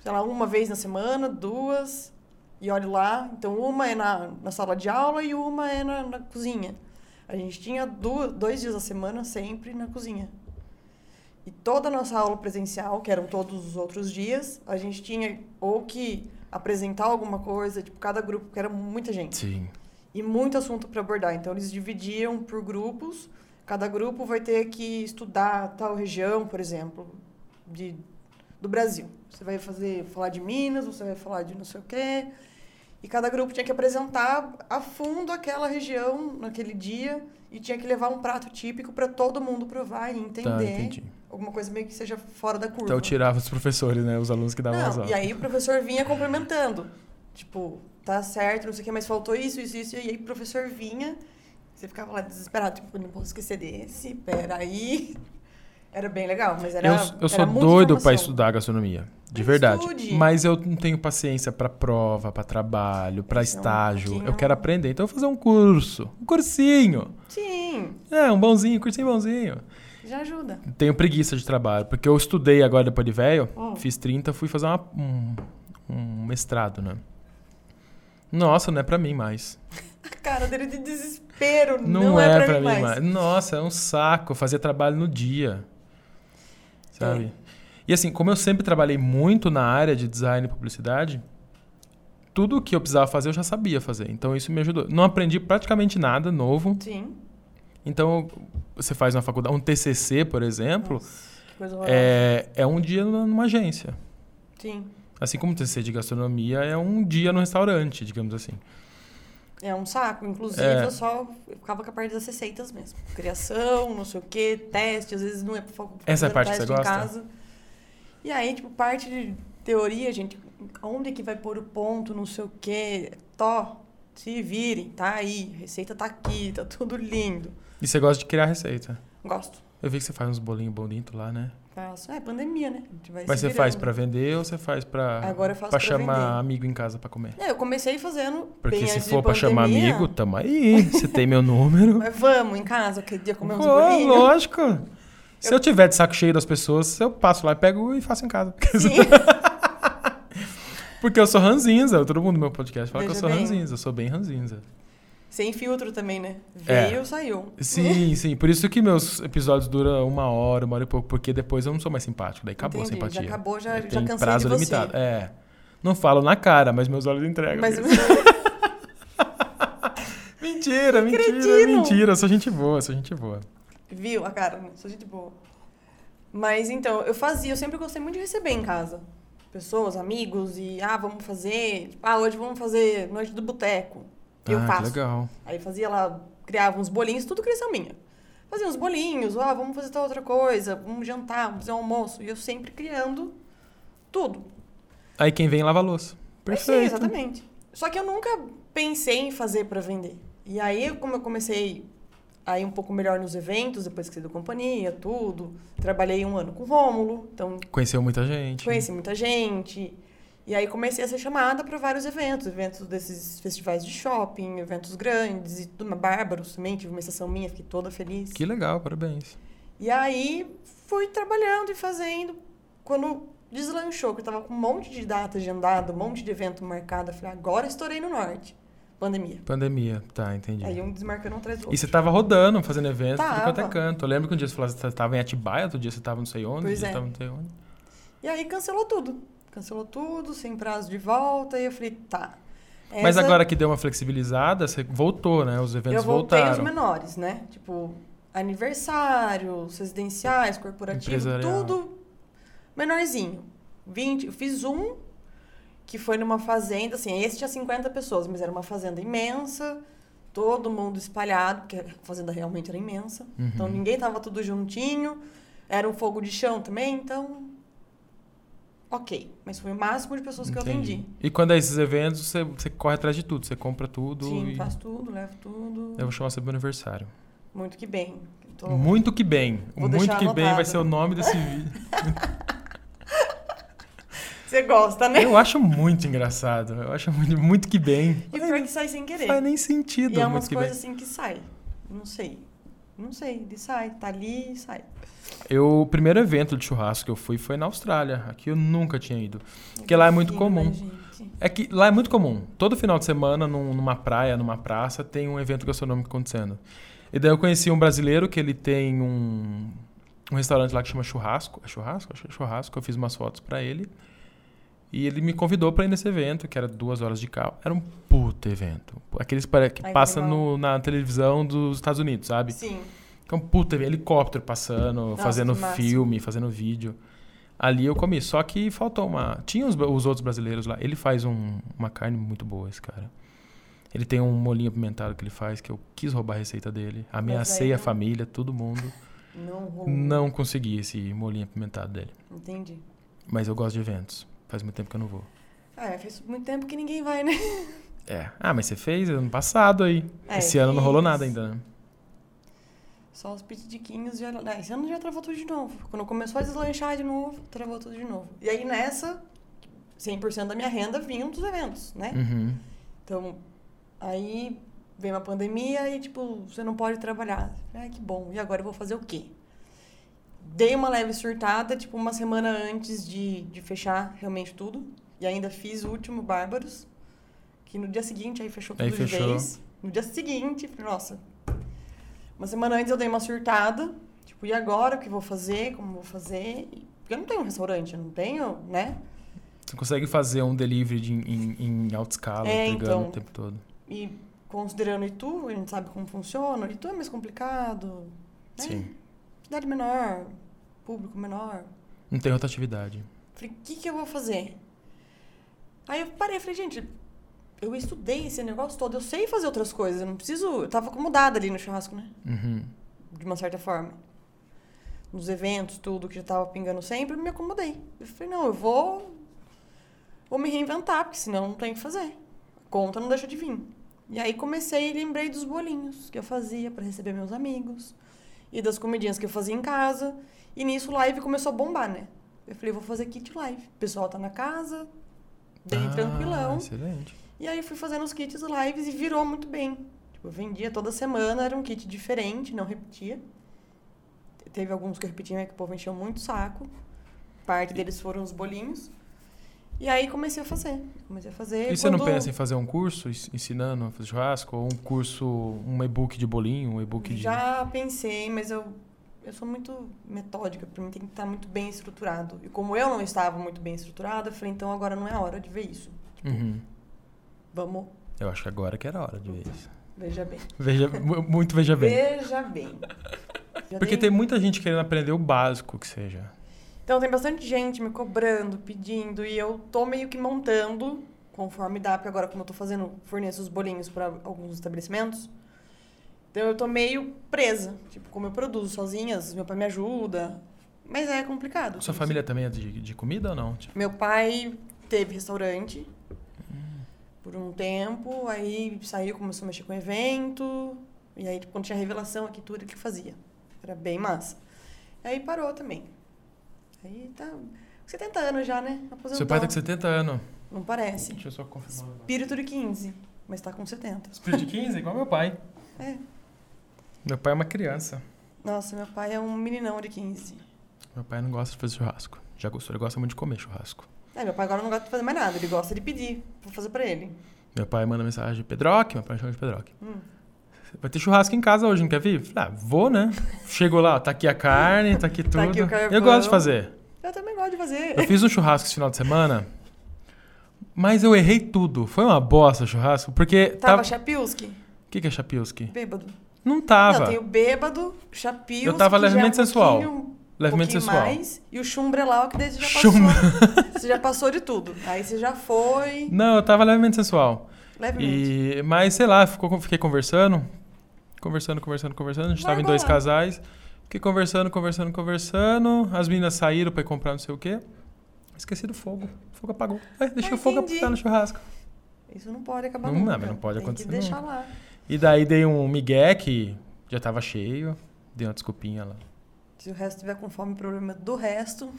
Speaker 2: sei lá, uma vez na semana, duas, e olhe lá. Então, uma é na, na sala de aula e uma é na, na cozinha. A gente tinha duas, dois dias a semana sempre na cozinha. E toda a nossa aula presencial, que eram todos os outros dias, a gente tinha ou que apresentar alguma coisa, tipo, cada grupo, porque era muita gente
Speaker 1: Sim.
Speaker 2: e muito assunto para abordar. Então eles dividiam por grupos. Cada grupo vai ter que estudar tal região, por exemplo, de, do Brasil. Você vai fazer falar de Minas, você vai falar de não sei o quê. E cada grupo tinha que apresentar a fundo aquela região naquele dia e tinha que levar um prato típico para todo mundo provar e
Speaker 1: Tá,
Speaker 2: entender
Speaker 1: entendi.
Speaker 2: alguma coisa meio que seja fora da curva.
Speaker 1: Então eu tirava os professores, né? Os alunos que davam as
Speaker 2: Não,
Speaker 1: aulas.
Speaker 2: e aí o professor vinha complementando. Tipo, tá certo, não sei o que, mas faltou isso, isso, isso. E aí o professor vinha, você ficava lá desesperado, tipo, não posso esquecer desse, peraí. Era bem legal, mas era.
Speaker 1: eu, eu
Speaker 2: era
Speaker 1: sou
Speaker 2: muita
Speaker 1: doido pra
Speaker 2: informação.
Speaker 1: estudar gastronomia, de
Speaker 2: Mas
Speaker 1: verdade.
Speaker 2: estude.
Speaker 1: Mas eu não tenho paciência pra prova, pra trabalho, pra
Speaker 2: Isso é um
Speaker 1: estágio. Eu
Speaker 2: pouquinho-
Speaker 1: quero aprender, então eu vou fazer um curso, um cursinho.
Speaker 2: Sim,
Speaker 1: É, um bonzinho, cursinho bonzinho.
Speaker 2: já ajuda.
Speaker 1: Tenho preguiça de trabalho, porque eu estudei agora depois de velho,
Speaker 2: Hum.
Speaker 1: fiz 30, fui fazer uma- um, um mestrado, né? Nossa, não é pra mim mais.
Speaker 2: A cara dele de desespero,
Speaker 1: Não,
Speaker 2: não, é, pra, mim, mais.
Speaker 1: Nossa, é um saco fazer trabalho no dia. Sabe? E assim, como eu sempre trabalhei muito na área de design e publicidade, tudo o que eu precisava fazer eu já sabia fazer. Então isso me ajudou. Não aprendi praticamente nada novo.
Speaker 2: Sim.
Speaker 1: Então você faz na faculdade, um TCC, por exemplo,
Speaker 2: Que coisa horrorosa.
Speaker 1: é, é um dia numa numa agência.
Speaker 2: Sim.
Speaker 1: Assim como o TCC de gastronomia é um dia no restaurante, digamos assim.
Speaker 2: É um saco. Inclusive,
Speaker 1: É.
Speaker 2: eu só ficava com a parte das receitas mesmo. Criação, não sei o quê, teste, às vezes não é por favor.
Speaker 1: Essa é a parte que você gosta?
Speaker 2: Em casa. E aí, tipo, parte de teoria, gente, onde que vai pôr o ponto, não sei o quê, tó, se virem, tá aí, receita tá aqui, tá tudo lindo.
Speaker 1: E você gosta de criar receita.
Speaker 2: Gosto.
Speaker 1: Eu vi que você faz uns bolinhos bonitos lá, né?
Speaker 2: Faço. É, pandemia, né? A gente vai
Speaker 1: Mas
Speaker 2: se
Speaker 1: você faz
Speaker 2: virando.
Speaker 1: pra vender ou você faz pra,
Speaker 2: Agora eu faço
Speaker 1: pra
Speaker 2: pra
Speaker 1: chamar
Speaker 2: vender.
Speaker 1: amigo em casa pra comer?
Speaker 2: É, eu comecei fazendo
Speaker 1: Porque
Speaker 2: bem
Speaker 1: se
Speaker 2: antes de
Speaker 1: for pra chamar
Speaker 2: pandemia,
Speaker 1: amigo, tamo aí. Você tem meu número.
Speaker 2: Mas vamos em casa, que dia comer
Speaker 1: Pô,
Speaker 2: uns bolinhos.
Speaker 1: lógico. Se eu tiver de saco cheio das pessoas, eu passo lá e pego e faço em casa.
Speaker 2: Sim.
Speaker 1: Porque eu sou ranzinza. Todo mundo no meu podcast fala que eu
Speaker 2: Veja
Speaker 1: sou
Speaker 2: bem.
Speaker 1: ranzinza. Eu sou bem ranzinza.
Speaker 2: Sem filtro também, né?
Speaker 1: É.
Speaker 2: Veio, saiu.
Speaker 1: Sim, sim. Por isso que meus episódios duram uma hora, uma hora e pouco. Porque depois eu não sou mais simpático. Daí acabou
Speaker 2: Entendi,
Speaker 1: a simpatia. É,
Speaker 2: Já acabou, já,
Speaker 1: Tem
Speaker 2: já cansei
Speaker 1: prazo
Speaker 2: de você.
Speaker 1: limitado. É. Não falo na cara, mas meus olhos entregam.
Speaker 2: Mas
Speaker 1: isso. Mentira, mentira,
Speaker 2: acredito.
Speaker 1: mentira. Eu sou gente boa, eu sou gente boa.
Speaker 2: viu a cara, né? Sou gente boa. Mas então, eu fazia, eu sempre gostei muito de receber em casa. Pessoas, amigos, e ah, vamos fazer. tipo, Ah, hoje vamos fazer noite do boteco. E eu
Speaker 1: ah,
Speaker 2: faço.
Speaker 1: Que legal.
Speaker 2: Aí fazia lá, criava uns bolinhos, tudo criação minha. Fazia uns bolinhos, ó, vamos fazer tal outra coisa, vamos jantar, vamos fazer um almoço. E eu sempre criando tudo.
Speaker 1: Aí quem vem lava a louça. Perfeito.
Speaker 2: Sim, exatamente. Só que eu nunca pensei em fazer pra vender. E aí, como eu comecei a ir um pouco melhor nos eventos, depois que saí da companhia, tudo, trabalhei um ano com o Rômulo, então
Speaker 1: Conheceu muita gente.
Speaker 2: conheci muita gente. E aí comecei a ser chamada para vários eventos, eventos desses festivais de shopping, eventos grandes e tudo, na Bárbaros também, tive uma estação minha, fiquei toda feliz.
Speaker 1: Que legal, parabéns.
Speaker 2: E aí fui trabalhando e fazendo. Quando deslanchou, que eu tava com um monte de data agendada, um monte de evento marcado, eu falei, agora estourei no norte. Pandemia.
Speaker 1: Pandemia, tá, entendi.
Speaker 2: Aí um desmarcando atrás do
Speaker 1: E
Speaker 2: outro.
Speaker 1: você tava rodando, fazendo evento, tudo quanto é
Speaker 2: Tava.
Speaker 1: canto. Eu lembro que um dia você falou que você tava em Atibaia, outro dia você tava não sei onde, outro
Speaker 2: Pois
Speaker 1: dia
Speaker 2: é.
Speaker 1: tava não sei onde.
Speaker 2: E aí cancelou tudo. Cancelou tudo, sem prazo de volta. E eu falei, tá.
Speaker 1: Mas
Speaker 2: essa-
Speaker 1: agora que deu uma flexibilizada, você voltou, né? Os
Speaker 2: Eu
Speaker 1: eventos
Speaker 2: voltei os
Speaker 1: voltaram.
Speaker 2: menores, né? Tipo, aniversários, residenciais, corporativos,
Speaker 1: Empresarial.
Speaker 2: tudo menorzinho. 20, eu fiz um que foi numa fazenda, assim, esse tinha 50 pessoas, mas era uma fazenda imensa, todo mundo espalhado, porque a fazenda realmente era imensa.
Speaker 1: Uhum.
Speaker 2: Então ninguém tava tudo juntinho. Era um fogo de chão também, então OK, mas foi o máximo de pessoas que eu
Speaker 1: Entendi.
Speaker 2: atendi.
Speaker 1: E quando é esses eventos, você, você corre atrás de tudo, você compra tudo.
Speaker 2: Sim, tá.
Speaker 1: e...
Speaker 2: faço tudo, levo tudo.
Speaker 1: Eu vou chamar você pro meu aniversário.
Speaker 2: Muito que bem. Tô-
Speaker 1: Muito que bem. O
Speaker 2: Vou
Speaker 1: muito que
Speaker 2: deixar
Speaker 1: bem vai
Speaker 2: anotado.
Speaker 1: ser o nome desse vídeo.
Speaker 2: Você gosta, né?
Speaker 1: Eu acho muito engraçado. Eu acho muito, muito que bem.
Speaker 2: E o pior é que sai sem querer.
Speaker 1: Não faz nem sentido
Speaker 2: E é
Speaker 1: muito
Speaker 2: umas
Speaker 1: que
Speaker 2: coisas assim que sai. Não sei. Não sei. Ele sai, tá ali e sai.
Speaker 1: bem. Eu, o primeiro evento de churrasco que eu fui foi na Austrália. Aqui eu nunca tinha ido. Porque lá é muito
Speaker 2: Fica, né,
Speaker 1: comum.
Speaker 2: gente?
Speaker 1: É que lá é muito comum. Todo final de semana, num- numa praia, numa praça, tem um evento gastronômico acontecendo. E daí eu conheci um brasileiro que ele tem um, um restaurante lá que chama Churrasco. É Churrasco? Acho que é Churrasco. Eu fiz umas fotos pra ele. E ele me convidou pra ir nesse evento, que era duas horas de carro. Era um puto evento. Aqueles pare- que
Speaker 2: Ai, que
Speaker 1: passa
Speaker 2: legal.
Speaker 1: no- na televisão dos Estados Unidos, sabe?
Speaker 2: Sim.
Speaker 1: Que é um puto evento. Helicóptero passando,
Speaker 2: Nossa,
Speaker 1: fazendo
Speaker 2: que massa.
Speaker 1: filme, fazendo vídeo. Ali eu comi. Só que faltou uma. Tinha os, os outros brasileiros lá. Ele faz um- uma carne muito boa, esse cara. Ele tem um molinho apimentado que ele faz, que eu quis roubar a receita dele. Ameacei a
Speaker 2: não-
Speaker 1: família, todo mundo.
Speaker 2: Não rolou.
Speaker 1: Não consegui esse molinho apimentado dele.
Speaker 2: Entendi.
Speaker 1: Mas eu gosto de eventos. Faz muito tempo que eu não vou.
Speaker 2: Ah, é, faz muito tempo que ninguém vai, né?
Speaker 1: É. Ah, mas você fez ano passado aí.
Speaker 2: É,
Speaker 1: esse ano não
Speaker 2: fiz.
Speaker 1: rolou nada ainda, né?
Speaker 2: Só os pitiquinhos já. Ah, esse ano já travou tudo de novo. Quando começou a deslanchar de novo, travou tudo de novo. E aí nessa, 100% da minha renda vinha dos eventos, né?
Speaker 1: Uhum.
Speaker 2: Então, aí veio uma pandemia e, tipo, você não pode trabalhar. Ai, que bom. E agora eu vou fazer o quê? Dei uma leve surtada, tipo, uma semana antes de, de fechar realmente tudo. E ainda fiz o último Bárbaros, que no dia seguinte aí fechou tudo
Speaker 1: Aí
Speaker 2: de
Speaker 1: fechou.
Speaker 2: vez. No dia seguinte, falei, nossa. Uma semana antes eu dei uma surtada, tipo, e agora o que eu vou fazer? Como eu vou fazer? Porque eu não tenho um restaurante, eu não tenho, né?
Speaker 1: Você consegue fazer um delivery de- em, em- em alta escala,
Speaker 2: É,
Speaker 1: entregando
Speaker 2: então.
Speaker 1: o tempo todo.
Speaker 2: E considerando Itu, a gente sabe como funciona, Itu é mais complicado. Né?
Speaker 1: Sim.
Speaker 2: Cidade menor, público menor.
Speaker 1: Não tem rotatividade.
Speaker 2: Falei, o que, que eu vou fazer? Aí eu parei, falei, gente, eu estudei esse negócio todo, eu sei fazer outras coisas, eu não preciso. Eu tava acomodada ali no churrasco, né?
Speaker 1: Uhum.
Speaker 2: De uma certa forma. nos eventos, tudo que já tava pingando sempre, me acomodei. Eu falei, não, eu vou, vou me reinventar, porque senão não tem o que fazer. A conta não deixa de vir. E aí comecei e lembrei dos bolinhos que eu fazia para receber meus amigos e das comidinhas que eu fazia em casa. E nisso o live começou a bombar, né? Eu falei, vou fazer kit live. O pessoal tá na casa, bem
Speaker 1: Ah,
Speaker 2: tranquilão.
Speaker 1: Excelente.
Speaker 2: E aí fui fazendo os kits lives e virou muito bem. Tipo, eu vendia toda semana, era um kit diferente, não repetia. Te- Teve alguns que eu repetia, mas que o povo encheu muito o saco. Parte deles foram os bolinhos. E aí comecei a fazer. Comecei a fazer.
Speaker 1: E você não
Speaker 2: É quando-
Speaker 1: pensa em fazer um curso ens- ensinando a fazer churrasco? Ou um curso, um e-book de bolinho, um e-book de.
Speaker 2: Já pensei, mas eu, eu sou muito metódica, pra mim tem que estar muito bem estruturado. E como eu não estava muito bem estruturada, eu falei, então agora não é a hora de ver isso.
Speaker 1: Uhum.
Speaker 2: Vamos,
Speaker 1: Eu acho que agora que era a hora de ver isso.
Speaker 2: veja bem.
Speaker 1: Veja, mu- muito veja bem.
Speaker 2: Veja bem. Já
Speaker 1: Porque tem muita gente querendo aprender o básico que seja.
Speaker 2: Então tem bastante gente me cobrando, pedindo, e eu tô meio que montando, conforme dá, porque agora como eu tô fazendo, forneço os bolinhos para alguns estabelecimentos. Então eu tô meio presa, tipo, como eu produzo sozinha, às vezes meu pai me ajuda, mas é complicado.
Speaker 1: Sua
Speaker 2: Tipo,
Speaker 1: família também é de, de comida ou não? Tipo,
Speaker 2: Meu pai teve restaurante por um tempo, aí saiu, começou a mexer com evento, e aí tipo, quando tinha revelação aqui tudo, ele que fazia. Era bem massa. Aí parou também. Aí tá 70 anos já, né? Aposentou.
Speaker 1: seu pai tá com 70 anos.
Speaker 2: Não parece.
Speaker 1: Deixa eu só confirmar. o negócio.
Speaker 2: Espírito de 15, mas tá com 70.
Speaker 1: Espírito de 15 é igual meu pai.
Speaker 2: É.
Speaker 1: Meu pai é uma criança.
Speaker 2: Nossa, meu pai é um meninão de 15.
Speaker 1: Meu pai não gosta de fazer churrasco. Já gostou, ele gosta muito de comer churrasco.
Speaker 2: É, meu pai agora não gosta de fazer mais nada, ele gosta de pedir. Vou fazer pra ele.
Speaker 1: Meu pai manda mensagem, Pedroque, meu pai chama de Pedroque.
Speaker 2: Hum.
Speaker 1: Vai ter churrasco em casa hoje, não quer vir? Falei, Ah, vou, né? Chego lá, ó, tá aqui a carne, tá aqui tudo.
Speaker 2: Tá aqui o carvão.
Speaker 1: eu gosto de fazer.
Speaker 2: Eu também gosto de fazer.
Speaker 1: Eu fiz um churrasco esse final de semana, mas eu errei tudo. Foi uma bosta o churrasco, porque
Speaker 2: Tava
Speaker 1: tava...
Speaker 2: Chapilski,
Speaker 1: O que que é chapilski?
Speaker 2: bêbado.
Speaker 1: Não tava.
Speaker 2: Não, tem um o bêbado, chapio.
Speaker 1: Eu tava
Speaker 2: que já é
Speaker 1: levemente
Speaker 2: um
Speaker 1: sensual.
Speaker 2: pouquinho-
Speaker 1: Levemente
Speaker 2: pouquinho
Speaker 1: sensual.
Speaker 2: Mais, e o chumbrelau, que daí você já passou.
Speaker 1: Chum-
Speaker 2: Você já passou de tudo. Aí você já foi
Speaker 1: Não, eu tava levemente sensual.
Speaker 2: levemente.
Speaker 1: E, mas sei lá, ficou, fiquei conversando, conversando, conversando, conversando. A gente tava em
Speaker 2: Largou
Speaker 1: dois
Speaker 2: lá.
Speaker 1: casais, fiquei conversando, conversando, conversando. As meninas saíram pra ir comprar não sei o quê. Esqueci do fogo. O fogo apagou. É, deixei
Speaker 2: Ah,
Speaker 1: o fogo
Speaker 2: entendi.
Speaker 1: apagar no churrasco.
Speaker 2: Isso não pode acabar
Speaker 1: Não,
Speaker 2: nunca.
Speaker 1: mas não pode
Speaker 2: Tem
Speaker 1: acontecer
Speaker 2: que deixar lá.
Speaker 1: E daí dei um migué que já tava cheio, dei uma desculpinha lá.
Speaker 2: Se o resto tiver com fome, o problema é do resto.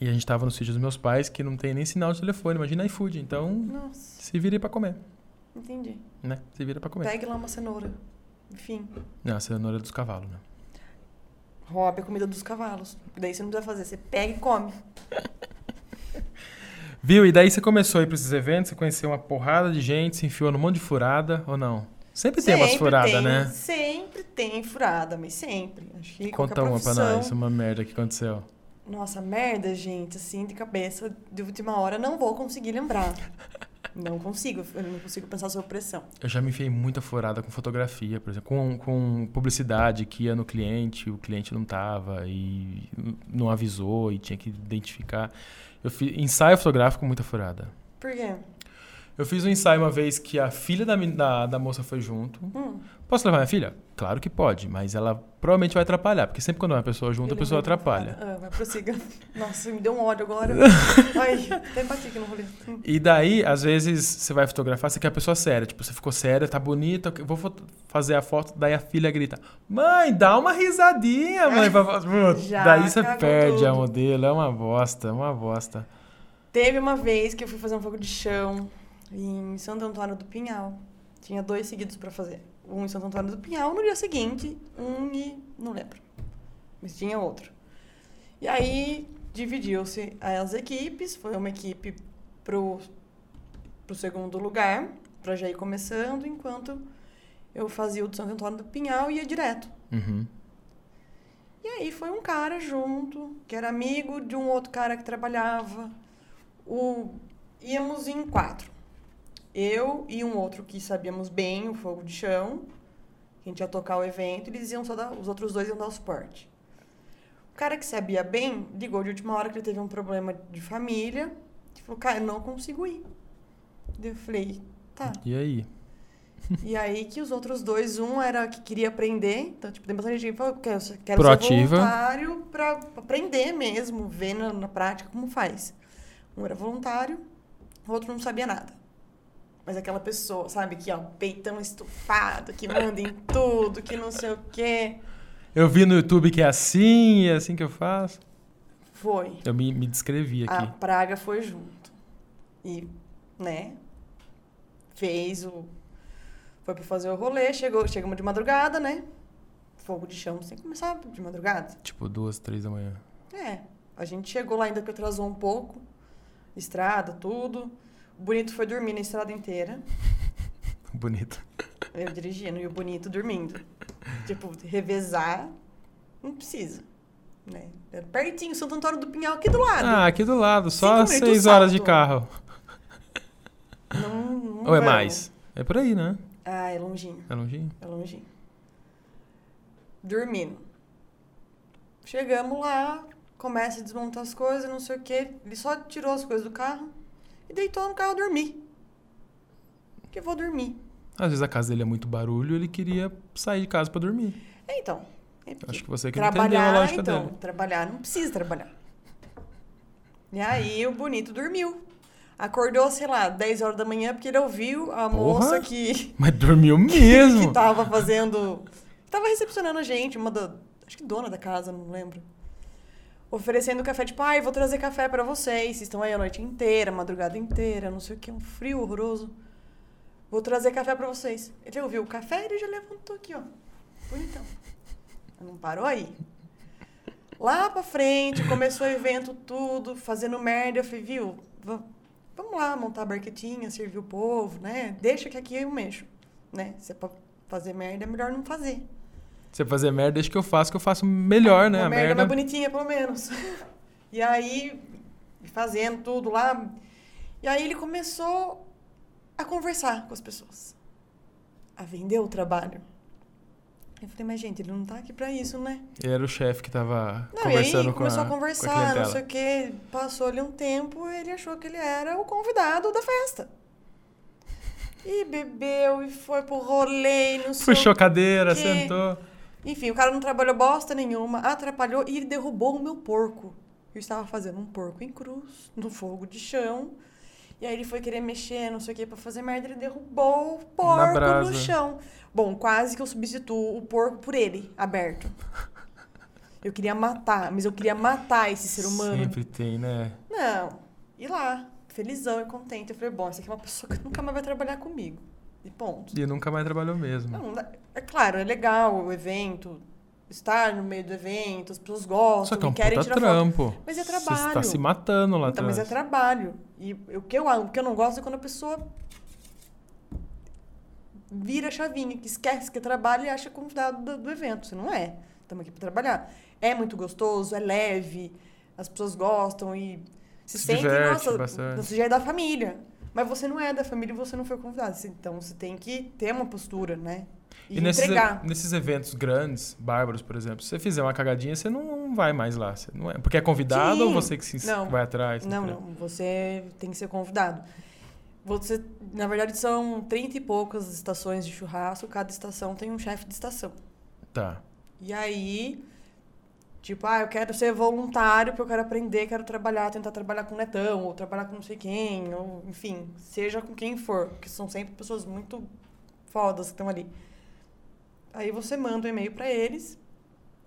Speaker 1: E a gente tava no sítio dos meus pais, que não tem nem sinal de telefone, imagina iFood. Então,
Speaker 2: Nossa,
Speaker 1: se virei pra comer,
Speaker 2: entendi.
Speaker 1: né? Se vira pra comer.
Speaker 2: Pegue lá uma cenoura. Enfim.
Speaker 1: Não, a cenoura dos cavalos, né?
Speaker 2: Roube a comida dos cavalos. Daí você não precisa fazer. Você pega e come.
Speaker 1: Viu? E daí você começou a ir pra esses eventos, você conheceu uma porrada de gente, se enfiou num monte de furada, ou não? Sempre, tem umas furadas,
Speaker 2: tem,
Speaker 1: né?
Speaker 2: Sempre tem furada, mas sempre. Acho que qualquer
Speaker 1: Conta uma pra
Speaker 2: profissão-
Speaker 1: nós, uma merda que aconteceu.
Speaker 2: Nossa, merda, gente, assim, de cabeça, de última hora, não vou conseguir lembrar. Não consigo, eu não consigo pensar sobre pressão.
Speaker 1: Eu já me enfiei muita furada com fotografia, por exemplo, com, com publicidade que ia no cliente, o cliente não tava e não avisou e tinha que identificar. Eu fiz ensaio fotográfico muita furada.
Speaker 2: Por quê?
Speaker 1: Eu fiz um ensaio uma vez que a filha da, men- da, da moça foi junto.
Speaker 2: Hum.
Speaker 1: Posso levar minha filha? Claro que pode, mas ela provavelmente vai atrapalhar, porque sempre quando é uma pessoa junto,
Speaker 2: Eu
Speaker 1: a pessoa
Speaker 2: lembrei de uma
Speaker 1: atrapalha.
Speaker 2: parada. Ah, mas prossiga. Nossa, me deu um ódio agora. Ai, até bati aqui no rolê. Hum.
Speaker 1: E daí, às vezes, você vai fotografar, você quer a pessoa séria. Tipo, você ficou séria, tá bonita, eu vou fot- fazer a foto, daí a filha grita: Mãe, dá uma risadinha, mãe. pra fo-". Putz,
Speaker 2: É. Já
Speaker 1: daí você
Speaker 2: cagou
Speaker 1: perde a
Speaker 2: tudo.
Speaker 1: modelo, é uma bosta, é uma bosta.
Speaker 2: Teve uma vez que eu fui fazer um fogo de chão em Santo Antônio do Pinhal. Tinha dois seguidos pra fazer. Um em Santo Antônio do Pinhal no dia seguinte, um e não lembro. Mas tinha outro. E aí dividiu-se as equipes, foi uma equipe pro, pro segundo lugar, pra já ir começando, enquanto eu fazia o de Santo Antônio do Pinhal e ia direto.
Speaker 1: Uhum.
Speaker 2: E aí foi um cara junto, que era amigo de um outro cara que trabalhava. O... Íamos em quatro. Eu e um outro que sabíamos bem, o fogo de chão. que A gente ia tocar o evento, eles iam só dar, os outros dois iam dar o suporte. O cara que sabia bem ligou de última hora que ele teve um problema de família. Ele falou, cara, eu não consigo ir. Daí Eu falei, tá.
Speaker 1: E aí?
Speaker 2: E aí que os outros dois, um era que queria aprender, então, tipo, tem bastante gente que fala, quero, quero ser
Speaker 3: Proativa.
Speaker 2: voluntário pra aprender mesmo, ver na, na prática como faz. Um era voluntário, o outro não sabia nada. Mas aquela pessoa, sabe, que ó, peitão estufado, que manda em tudo, que não sei o quê.
Speaker 1: Eu vi no YouTube que é assim, é assim que eu faço.
Speaker 2: Foi.
Speaker 1: Eu me, me descrevi
Speaker 2: A
Speaker 1: aqui.
Speaker 2: praga foi junto. E, né? Fez o. Foi pra fazer o rolê, chegou, chegamos de madrugada, né? Fogo de chão, sem começar de madrugada.
Speaker 1: Tipo, duas, três da manhã.
Speaker 2: É. A gente chegou lá ainda que atrasou um pouco. Estrada, tudo. O bonito foi dormir na estrada inteira.
Speaker 1: Bonito.
Speaker 2: Eu dirigindo e o bonito dormindo. Tipo, revezar, não precisa. Né? Era pertinho, Santo Antônio do Pinhal aqui do lado.
Speaker 1: Ah, aqui do lado, só
Speaker 2: Cinco minutos
Speaker 1: seis horas de
Speaker 2: salto. Um
Speaker 1: carro.
Speaker 2: Não, não
Speaker 1: Ou é
Speaker 2: vamos.
Speaker 1: mais? É por aí, né?
Speaker 2: Ah, é longinho.
Speaker 1: É longinho.
Speaker 2: É longinho. Dormindo. Chegamos lá, começa a desmontar as coisas, não sei o quê. Ele só tirou as coisas do carro e deitou no carro dormir. Que eu vou dormir.
Speaker 1: Às vezes a casa dele é muito barulho, ele queria sair de casa pra dormir.
Speaker 2: É, então. é porque
Speaker 1: Acho que você que não entendeu a
Speaker 2: trabalhar,
Speaker 1: lógica
Speaker 2: então.
Speaker 1: dele.
Speaker 2: Trabalhar, não precisa trabalhar. E aí o bonito dormiu. Acordou, sei lá, 10 horas da manhã, porque ele ouviu a moça que
Speaker 1: Mas dormiu
Speaker 2: que tá-
Speaker 1: mesmo.
Speaker 2: tava fazendo. Tava recepcionando a gente, uma da. Acho que dona da casa, não lembro. Oferecendo café, tipo, ai, vou trazer café pra vocês. Vocês estão aí a noite inteira, a madrugada inteira, não sei o que, um frio horroroso. Vou trazer café pra vocês. Ele ouviu o café, ele já levantou aqui, ó. Bonitão. Não parou aí. Lá pra frente, começou o evento, tudo, fazendo merda. Eu falei, viu, va- vamos lá montar a barquetinha, servir o povo, né? Deixa que aqui eu mexo, né? Se é pra fazer merda, é melhor não fazer.
Speaker 1: Você fazer merda, deixa que eu faço, que eu faço melhor, né?
Speaker 2: Uma
Speaker 1: A
Speaker 2: merda,
Speaker 1: merda.
Speaker 2: mais bonitinha, pelo menos. e aí, fazendo tudo lá. E aí ele começou a conversar com as pessoas. A vender o trabalho. Eu falei, mas gente, ele não tá aqui pra isso, né?
Speaker 1: E Era o chefe que tava
Speaker 2: Não, e
Speaker 1: conversando com
Speaker 2: aí
Speaker 1: a
Speaker 2: começou a,
Speaker 1: com a
Speaker 2: conversar,
Speaker 1: clientela.
Speaker 2: não sei o quê. Passou ali um tempo, ele achou que ele era o convidado da festa. E bebeu, e foi pro rolê, e não sei o
Speaker 1: Puxou cadeira,
Speaker 2: Que-
Speaker 1: sentou.
Speaker 2: enfim, o cara não trabalhou bosta nenhuma, atrapalhou e ele derrubou o meu porco. Eu estava fazendo um porco em cruz, no fogo de chão. E aí ele foi querer mexer, não sei o que, pra fazer merda, ele derrubou o porco
Speaker 1: brasa.
Speaker 2: no chão. Bom, quase que eu substituo o porco por ele, aberto. Eu queria matar, mas eu queria matar esse ser humano.
Speaker 1: Sempre tem, né?
Speaker 2: Não, e lá, felizão e contente. Eu falei, bom, essa aqui é uma pessoa que nunca mais vai trabalhar comigo. E ponto.
Speaker 1: E nunca mais trabalhou mesmo.
Speaker 2: Não, dá- é claro, é legal o evento, estar no meio do evento, as pessoas gostam,
Speaker 1: Só que é um
Speaker 2: e querem
Speaker 1: puta
Speaker 2: tirar foto.
Speaker 1: trampo.
Speaker 2: Mas é
Speaker 1: Você tá
Speaker 2: trabalho.
Speaker 1: se matando lá
Speaker 2: Então,
Speaker 1: atrás.
Speaker 2: mas é trabalho. E o que, eu, o que eu não gosto é quando a pessoa vira a chavinha, que esquece que é trabalho e acha convidado do, do evento. Você não é. Estamos aqui para trabalhar. É muito gostoso, é leve, as pessoas gostam e se,
Speaker 1: Se
Speaker 2: sentem,
Speaker 1: diverte
Speaker 2: nossa,
Speaker 1: bastante.
Speaker 2: você já é da família. Mas você não é da família e você não foi convidado. Então você tem que ter uma postura, né? E,
Speaker 1: nesses,
Speaker 2: entregar.
Speaker 1: nesses eventos grandes, bárbaros, por exemplo, se você fizer uma cagadinha, você não, não vai mais lá. Você não é, porque é convidado
Speaker 2: Sim.
Speaker 1: ou você que se
Speaker 2: Não.
Speaker 1: vai atrás?
Speaker 2: Não,
Speaker 1: né?
Speaker 2: não. Você é, tem que ser convidado. Você, na verdade, são 30 e poucas estações de churrasco. Cada estação tem um chefe de estação.
Speaker 1: Tá.
Speaker 2: E aí, tipo, ah, eu quero ser voluntário porque eu quero aprender, quero trabalhar, tentar trabalhar com o Netão, ou trabalhar com não sei quem, ou enfim, seja com quem for, porque são sempre pessoas muito fodas que estão ali. Aí você manda um e-mail para eles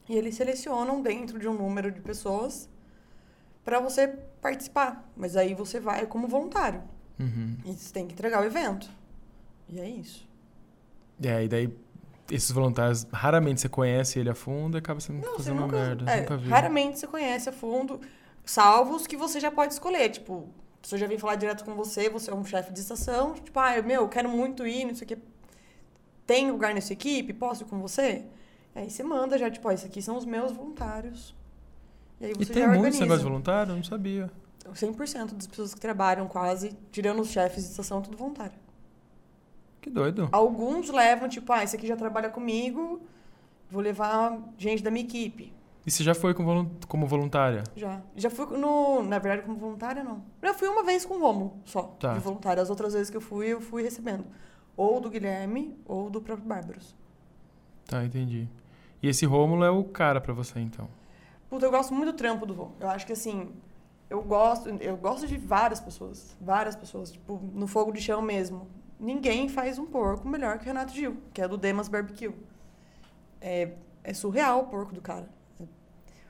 Speaker 2: e eles selecionam dentro de um número de pessoas para você participar. Mas aí você vai como voluntário
Speaker 1: Uhum.
Speaker 2: e você tem que entregar o evento. E é isso.
Speaker 1: É, e daí esses voluntários, raramente você conhece ele a fundo e acaba sendo
Speaker 2: Não, você
Speaker 1: fazendo uma
Speaker 2: nunca,
Speaker 1: merda.
Speaker 2: é,
Speaker 1: nunca vi.
Speaker 2: Raramente você conhece a fundo, salvo os que você já pode escolher. Tipo, a pessoa já vem falar direto com você, você é um chefe de estação. Tipo, ah, meu, eu quero muito ir, não sei o quê. Tem lugar nessa equipe? Posso ir com você? Aí você manda já, tipo, ó, esses aqui são os meus voluntários. E aí você
Speaker 1: E tem
Speaker 2: já
Speaker 1: muito esse
Speaker 2: organiza.
Speaker 1: negócio de voluntário? Eu não sabia.
Speaker 2: 100% das pessoas que trabalham quase, tirando os chefes de estação, é tudo voluntário.
Speaker 1: Que doido.
Speaker 2: Alguns levam, tipo, ah, esse aqui já trabalha comigo, vou levar gente da minha equipe.
Speaker 1: E você já foi com volun- como voluntária?
Speaker 2: Já. Já fui no. Na verdade, como voluntária, não. Já fui uma vez com o Romulo, só.
Speaker 1: Tá.
Speaker 2: De voluntária. As outras vezes que eu fui, eu fui recebendo. Ou do Guilherme, ou do próprio Bárbaros.
Speaker 1: Tá, entendi. E esse Rômulo é o cara pra você, então.
Speaker 2: Puta, eu gosto muito do trampo do Rô. Eu acho que assim, eu gosto, eu gosto de várias pessoas. Várias pessoas. Tipo, no fogo de chão mesmo. Ninguém faz um porco melhor que o Renato Gil, que é do Demas Barbecue. É, é surreal o porco do cara.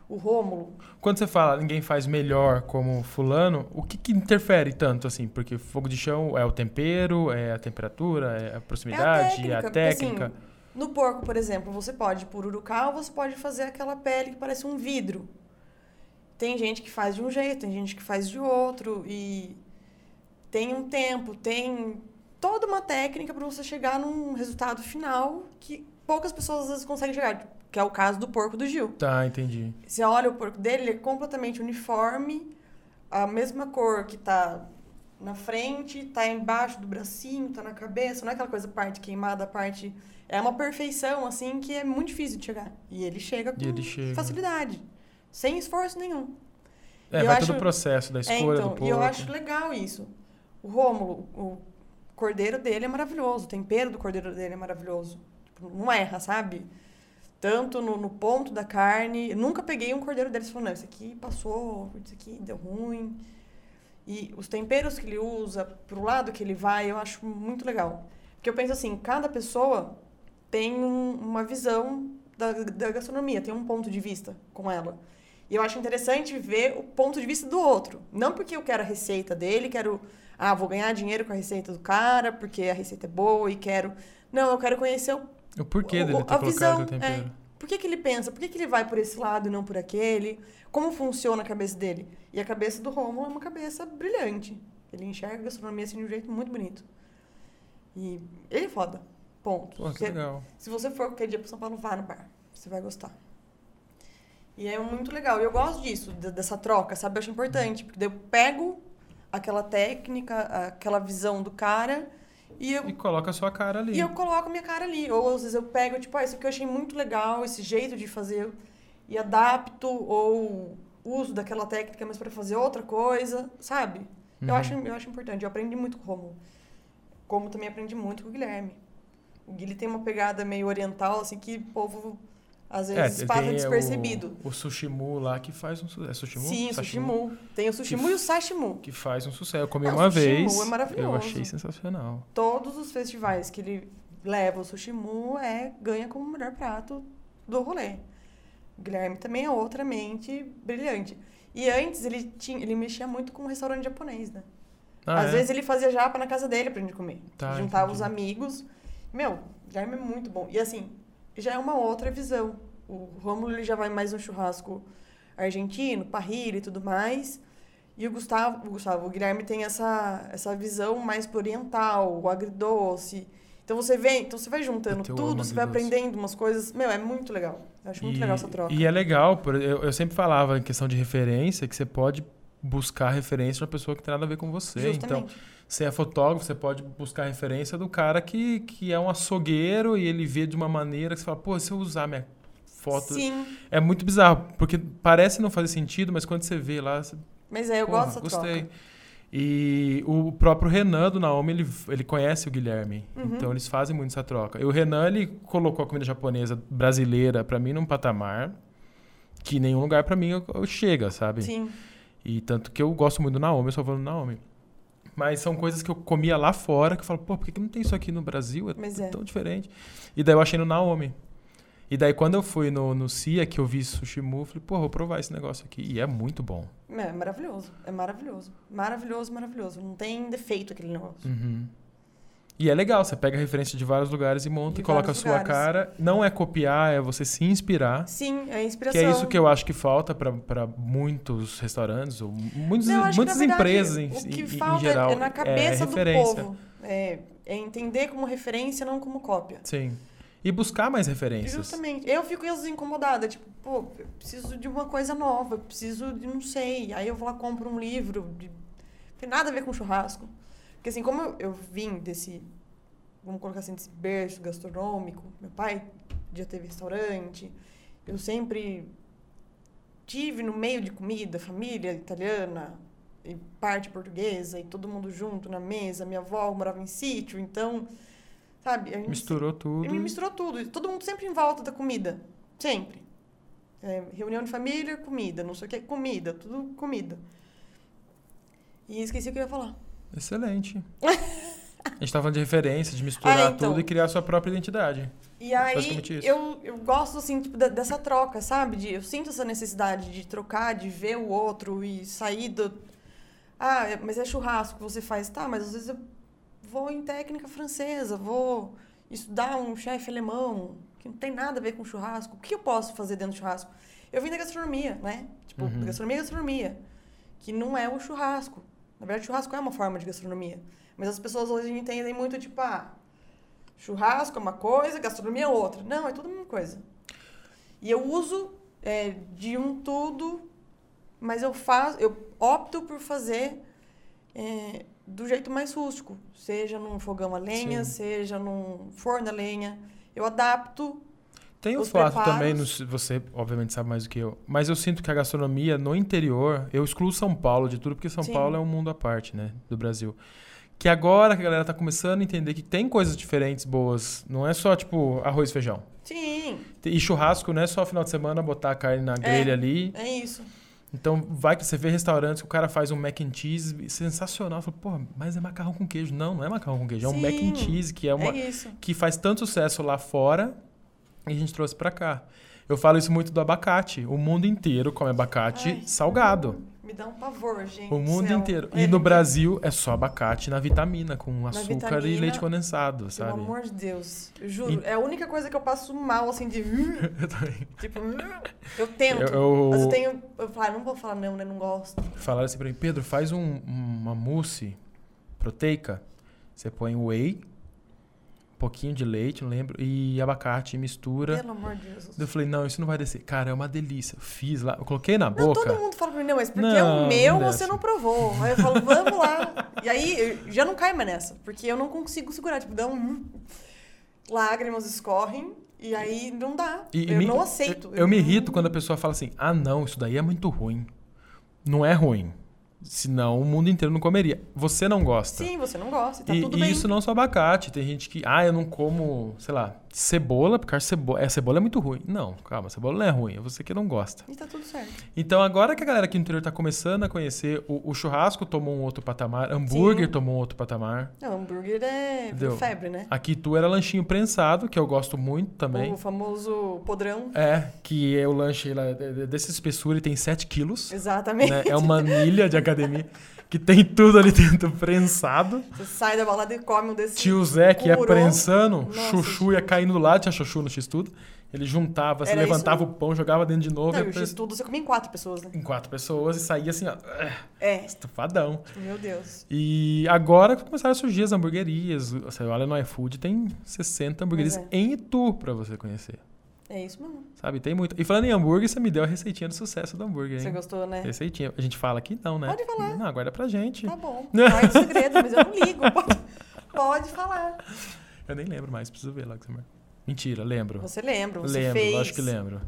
Speaker 2: O Rômulo,
Speaker 1: Quando você fala ninguém faz melhor como fulano, o que, que interfere tanto assim? Porque fogo de chão é o tempero, é a temperatura, é a proximidade, é a técnica.
Speaker 2: porque, assim, no porco, por exemplo, você pode pururucar ou você pode fazer aquela pele que parece um vidro. Tem gente que faz de um jeito, tem gente que faz de outro e tem um tempo, tem toda uma técnica para você chegar num resultado final que poucas pessoas às vezes conseguem chegar, que é o caso do porco do Gil.
Speaker 1: Tá, entendi.
Speaker 2: Você olha o porco dele, ele é completamente uniforme, a mesma cor que tá na frente, tá embaixo do bracinho, tá na cabeça, não é aquela coisa parte queimada, a parte. É uma perfeição, assim, que é muito difícil de chegar. E ele chega com
Speaker 1: E ele chega.
Speaker 2: facilidade, sem esforço nenhum.
Speaker 1: É,
Speaker 2: Eu
Speaker 1: vai
Speaker 2: acho-
Speaker 1: todo o processo da
Speaker 2: É,
Speaker 1: escolha do né?
Speaker 2: então,
Speaker 1: porco.
Speaker 2: e eu acho legal isso. O Rômulo, o cordeiro dele é maravilhoso, o tempero do cordeiro dele é maravilhoso. Tipo, não erra, sabe? Tanto no, no ponto da carne. Eu nunca peguei um cordeiro deles falando, não, isso aqui passou, isso aqui deu ruim. E os temperos que ele usa, pro lado que ele vai, eu acho muito legal. Porque eu penso assim, cada pessoa tem um- uma visão da, da gastronomia, tem um ponto de vista com ela. E eu acho interessante ver o ponto de vista do outro. Não porque eu quero a receita dele, quero, ah, vou ganhar dinheiro com a receita do cara, porque a receita é boa e quero. Não, eu quero conhecer o
Speaker 1: O porquê
Speaker 2: o-
Speaker 1: dele ter
Speaker 2: a
Speaker 1: colocado
Speaker 2: visão, é,
Speaker 1: o tempero.
Speaker 2: por que, que ele pensa? Por que, que ele vai por esse lado e não por aquele? Como funciona a cabeça dele? E a cabeça do Rômulo é uma cabeça brilhante. Ele enxerga a gastronomia assim de um jeito muito bonito. E ele é foda. Ponto.
Speaker 1: Pô, que
Speaker 2: Você-
Speaker 1: legal.
Speaker 2: se você for qualquer dia pra São Paulo, vá no bar. Você vai gostar. E é muito legal. E eu gosto disso, de- dessa troca, sabe? Eu acho importante. Porque daí eu pego aquela técnica, aquela visão do cara e eu
Speaker 1: E coloca a sua cara ali.
Speaker 2: e eu coloco minha cara ali. Ou às vezes eu pego, tipo, ah, isso aqui eu achei muito legal, esse jeito de fazer, e adapto, ou uso daquela técnica, mas para fazer outra coisa, sabe? Eu,
Speaker 1: Uhum.
Speaker 2: acho, eu acho importante. Eu aprendi muito com o Romulo. Como também aprendi muito com o Guilherme. O Guilherme tem uma pegada meio oriental, assim, que o povo às vezes
Speaker 1: tem,
Speaker 2: passa
Speaker 1: é,
Speaker 2: despercebido.
Speaker 1: O, o Sushimu lá que faz um sucesso. É Sushimu?
Speaker 2: Sim, o
Speaker 1: Sashimu?
Speaker 2: sushimu. Tem o sushimu e o sashimu.
Speaker 1: Que faz um sucesso. Eu comi
Speaker 2: Ah, o
Speaker 1: uma
Speaker 2: Sushimu
Speaker 1: vez.
Speaker 2: é maravilhoso.
Speaker 1: Eu achei sensacional.
Speaker 2: todos os festivais que ele leva o sushimu é ganha como o melhor prato do rolê. O Guilherme também é outra mente brilhante. E antes ele tinha, ele mexia muito com um restaurante japonês, né?
Speaker 1: Ah,
Speaker 2: Às
Speaker 1: é?
Speaker 2: vezes ele fazia japa na casa dele pra gente comer.
Speaker 1: Tá,
Speaker 2: Juntava
Speaker 1: entendi.
Speaker 2: os amigos. Meu, o Guilherme é muito bom. E assim, já é uma outra visão. O Rômulo ele já vai mais no churrasco argentino, parrilha e tudo mais. E o Gustavo, o Gustavo, o Guilherme tem essa, essa visão mais pro oriental, o agridoce. Então você vem, então você vai juntando
Speaker 1: Puta, eu
Speaker 2: tudo,
Speaker 1: amo
Speaker 2: você vai
Speaker 1: agridoce.
Speaker 2: aprendendo umas coisas. Meu, é muito legal. Eu acho muito
Speaker 1: e,
Speaker 2: legal essa troca.
Speaker 1: E é legal, por- eu, eu sempre falava em questão de referência, que você pode buscar referência de uma pessoa que tem nada a ver com você. Então,
Speaker 2: Justamente.
Speaker 1: você é fotógrafo, você pode buscar referência do cara que, que é um açougueiro e ele vê de uma maneira que você fala, pô, se eu usar minha foto...
Speaker 2: Sim.
Speaker 1: É muito bizarro, porque parece não fazer sentido, mas quando você vê lá, você
Speaker 2: Mas é, eu
Speaker 1: Porra,
Speaker 2: gosto dessa
Speaker 1: gostei.
Speaker 2: troca.
Speaker 1: E o próprio Renan do Naomi, ele, ele conhece o Guilherme.
Speaker 2: Uhum.
Speaker 1: Então eles fazem muito essa troca. E o Renan, ele colocou a comida japonesa brasileira pra mim num patamar que nenhum lugar pra mim eu- eu chega, sabe?
Speaker 2: Sim.
Speaker 1: E tanto que eu gosto muito do Naomi, eu só vou no Naomi. Mas são coisas que eu comia lá fora, que eu falo, pô, por que que não tem isso aqui no Brasil? É,
Speaker 2: Mas
Speaker 1: t-
Speaker 2: é.
Speaker 1: tão diferente. E daí eu achei no Naomi. E daí quando eu fui no, no CIA, que eu vi Sushimu, eu falei, pô, vou provar esse negócio aqui. E é muito bom.
Speaker 2: É maravilhoso, é maravilhoso. Maravilhoso, maravilhoso. Não tem defeito aquele negócio.
Speaker 1: Uhum. E é legal, você pega referência de vários lugares e monta
Speaker 2: De
Speaker 1: e coloca a
Speaker 2: vários
Speaker 1: sua
Speaker 2: lugares.
Speaker 1: cara. Não é copiar, é você se inspirar.
Speaker 2: Sim, é
Speaker 1: Que
Speaker 2: inspiração.
Speaker 1: é isso que eu acho que falta para muitos restaurantes, ou muitos,
Speaker 2: Não, eu acho que, na
Speaker 1: um muitas
Speaker 2: verdade,
Speaker 1: empresas em,
Speaker 2: O que
Speaker 1: em- em
Speaker 2: falta
Speaker 1: geral.
Speaker 2: é na cabeça do
Speaker 1: referência.
Speaker 2: povo. É, é entender como referência, não como cópia.
Speaker 1: Sim. E buscar mais referências.
Speaker 2: Justamente. Eu fico às vezes incomodada, tipo, pô, eu preciso de uma coisa nova, eu preciso de não sei. Aí eu vou lá compro um livro, de... tem nada a ver com churrasco. Porque assim, como eu, eu vim desse, vamos colocar assim, desse berço gastronômico, meu pai já teve restaurante, eu sempre tive no meio de comida, família italiana e parte portuguesa e todo mundo junto na mesa. Minha avó morava em sítio, então Sabe? A gente
Speaker 1: Misturou tudo.
Speaker 2: Ele me misturou tudo. E Todo mundo sempre em volta da comida. Sempre. É, reunião de família, comida, não sei o que, comida, tudo comida. E esqueci o que eu ia falar.
Speaker 1: Excelente. A gente tá falando de referência, de misturar
Speaker 2: Ah, então.
Speaker 1: tudo e criar sua própria identidade.
Speaker 2: E aí
Speaker 1: Basicamente isso.
Speaker 2: eu, eu gosto assim tipo, da- dessa troca, sabe? De, eu sinto essa necessidade de trocar, de ver o outro e sair do. Ah, é- mas é churrasco que você faz, tá? Mas às vezes eu vou em técnica francesa, vou estudar um chefe alemão que não tem nada a ver com churrasco. O que eu posso fazer dentro do churrasco? Eu vim da gastronomia, né? Tipo,
Speaker 1: Uhum.
Speaker 2: gastronomia é gastronomia, que não é o churrasco. Na verdade, churrasco é uma forma de gastronomia. Mas as pessoas hoje entendem muito, tipo, ah, churrasco é uma coisa, gastronomia é outra. Não, é tudo a mesma coisa. E eu uso é, de um tudo, mas eu faço, eu opto por fazer é, do jeito mais rústico, seja num fogão a lenha,
Speaker 1: Sim.
Speaker 2: seja num forno a lenha. Eu adapto.
Speaker 1: Tem o
Speaker 2: Os
Speaker 1: fato
Speaker 2: preparos.
Speaker 1: também, no- você obviamente sabe mais do que eu, mas eu sinto que a gastronomia no interior, eu excluo São Paulo de tudo, porque São
Speaker 2: Sim.
Speaker 1: Paulo é um mundo à parte, né, do Brasil. Que agora que a galera tá começando a entender que tem coisas diferentes, boas. Não é só, tipo, arroz e feijão.
Speaker 2: Sim,
Speaker 1: E churrasco não é só final de semana botar a carne na grelha ali.
Speaker 2: é isso.
Speaker 1: Então, vai que você vê restaurantes que o cara faz um mac and cheese sensacional. Fala, pô, mas é macarrão com queijo. Não, não é macarrão com queijo. É um mac and
Speaker 2: Sim,
Speaker 1: cheese que é uma,
Speaker 2: É isso.
Speaker 1: que faz tanto sucesso lá fora e a gente trouxe pra cá. Eu falo isso muito do abacate. O mundo inteiro come abacate
Speaker 2: Ai.
Speaker 1: salgado.
Speaker 2: Me dá um pavor, gente.
Speaker 1: O
Speaker 2: do
Speaker 1: mundo
Speaker 2: céu.
Speaker 1: inteiro.
Speaker 2: É,
Speaker 1: E no Brasil é só abacate na vitamina, com açúcar e
Speaker 2: vitamina,
Speaker 1: leite condensado,
Speaker 2: Pelo
Speaker 1: sabe?
Speaker 2: amor de Deus, eu juro. É a única coisa que eu passo mal, assim, de.
Speaker 1: Eu também.
Speaker 2: Tipo, eu tento.
Speaker 1: Eu- eu-
Speaker 2: Mas eu tenho. Eu falo, ah, não vou falar não, né? Não gosto.
Speaker 1: Falaram assim pra mim, Pedro, faz um- uma mousse proteica. Você põe whey, um pouquinho de leite, não lembro, e abacate, mistura.
Speaker 2: Pelo amor de Jesus.
Speaker 1: Eu falei, não, isso não vai descer. Cara, é uma delícia. Fiz lá, eu coloquei na
Speaker 2: Não,
Speaker 1: boca.
Speaker 2: todo mundo fala pra mim, não, mas porque
Speaker 1: Não,
Speaker 2: é o meu,
Speaker 1: não
Speaker 2: você
Speaker 1: desce.
Speaker 2: não provou. Aí eu falo, vamos lá. E aí eu já não caio mais nessa, porque eu não consigo segurar. Tipo, dá um. Lágrimas escorrem, e aí não dá.
Speaker 1: E- e
Speaker 2: eu
Speaker 1: me-
Speaker 2: não aceito.
Speaker 1: Eu, eu me irrito quando a pessoa fala assim: ah, não, isso daí é muito ruim. Não é ruim. Senão o mundo inteiro não comeria. Você não gosta.
Speaker 2: Sim, você não gosta, e tá
Speaker 1: e
Speaker 2: tudo
Speaker 1: e
Speaker 2: bem.
Speaker 1: isso não é só abacate. Tem gente que, ah, eu não como, sei lá, cebola, porque a cebola, é, cebola é muito ruim. Não, calma, cebola não é ruim, é você que não gosta.
Speaker 2: E tá tudo certo.
Speaker 1: Então agora que a galera aqui no interior tá começando a conhecer, o, o churrasco tomou um outro patamar, hambúrguer
Speaker 2: Sim.
Speaker 1: tomou um outro patamar.
Speaker 2: Não, hambúrguer é
Speaker 1: Entendeu?
Speaker 2: febre, né?
Speaker 1: Aqui tu era lanchinho prensado, que eu gosto muito também.
Speaker 2: O famoso podrão.
Speaker 1: É, que é o lanche lá, de- de- dessa espessura e tem 7 quilos.
Speaker 2: Exatamente.
Speaker 1: né? É uma milha de academia que tem tudo ali dentro prensado.
Speaker 2: Você sai da balada e come um desses.
Speaker 1: Tio Zé que ia
Speaker 2: Curou.
Speaker 1: prensando,
Speaker 2: Nossa,
Speaker 1: Chuchu ia caindo do lado, tinha Chuchu no X-Tudo. Ele juntava, se
Speaker 2: Era isso
Speaker 1: levantava o pão, jogava dentro de novo.
Speaker 2: Não,
Speaker 1: e
Speaker 2: e o
Speaker 1: depois-
Speaker 2: X-Tudo você come em quatro pessoas, né?
Speaker 1: Em quatro pessoas e saía assim, ó,
Speaker 2: É,
Speaker 1: estufadão.
Speaker 2: meu Deus.
Speaker 1: E agora começaram a surgir as hamburguerias. Você olha no iFood, tem 60 hamburguerias
Speaker 2: Pois é.
Speaker 1: em Itu pra você conhecer.
Speaker 2: É isso mesmo.
Speaker 1: Sabe, tem muito. E falando em hambúrguer, você me deu a receitinha do sucesso do hambúrguer, hein?
Speaker 2: Você gostou, né?
Speaker 1: Receitinha. A gente fala aqui não, né?
Speaker 2: Pode falar.
Speaker 1: Não, guarda pra gente.
Speaker 2: Tá bom. Guarda o segredo, mas eu não ligo. Pode, pode falar.
Speaker 1: Eu nem lembro mais, preciso ver lá que você marca. Mentira, lembro.
Speaker 2: Você lembra, você
Speaker 1: lembro,
Speaker 2: fez.
Speaker 1: lógico que lembro.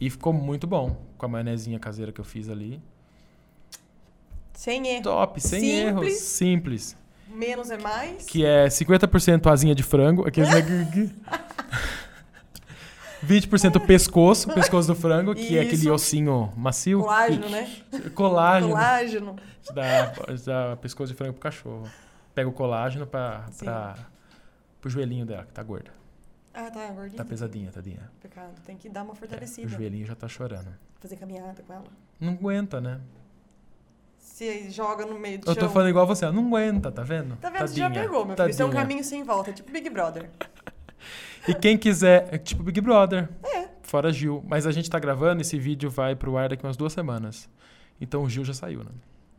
Speaker 1: E ficou muito bom com a maionezinha caseira que eu fiz ali.
Speaker 2: Sem erro.
Speaker 1: Top, sem
Speaker 2: É. Simples.
Speaker 1: erros, simples.
Speaker 2: Menos é mais.
Speaker 1: Que é 50% asinha de frango, é aqueles negócios que- 20% o pescoço, o pescoço do frango, que é aquele
Speaker 2: Isso.
Speaker 1: ossinho macio.
Speaker 2: Colágeno, né?
Speaker 1: Que- Colágeno.
Speaker 2: Colágeno.
Speaker 1: Você dá, você dá pescoço de frango pro cachorro. Pega o colágeno pra,
Speaker 2: Sim.
Speaker 1: pra, pro joelhinho dela, que tá gorda.
Speaker 2: Ah, tá, gordinho.
Speaker 1: Tá pesadinha, tadinha.
Speaker 2: Pecado. Tem que dar uma
Speaker 1: É, o
Speaker 2: fortalecida.
Speaker 1: joelhinho já tá chorando.
Speaker 2: Fazer caminhada com ela.
Speaker 1: Não aguenta, né?
Speaker 2: Se joga no meio do
Speaker 1: Eu
Speaker 2: chão.
Speaker 1: tô falando igual você, ela não aguenta, tá vendo?
Speaker 2: Tá vendo? Você já pegou, meu filho. Isso é um caminho sem volta. É tipo Big Brother.
Speaker 1: E quem quiser, é tipo Big Brother.
Speaker 2: É.
Speaker 1: Fora Gil. Mas a gente tá gravando, esse vídeo vai pro ar daqui umas duas semanas. Então o Gil já saiu, né?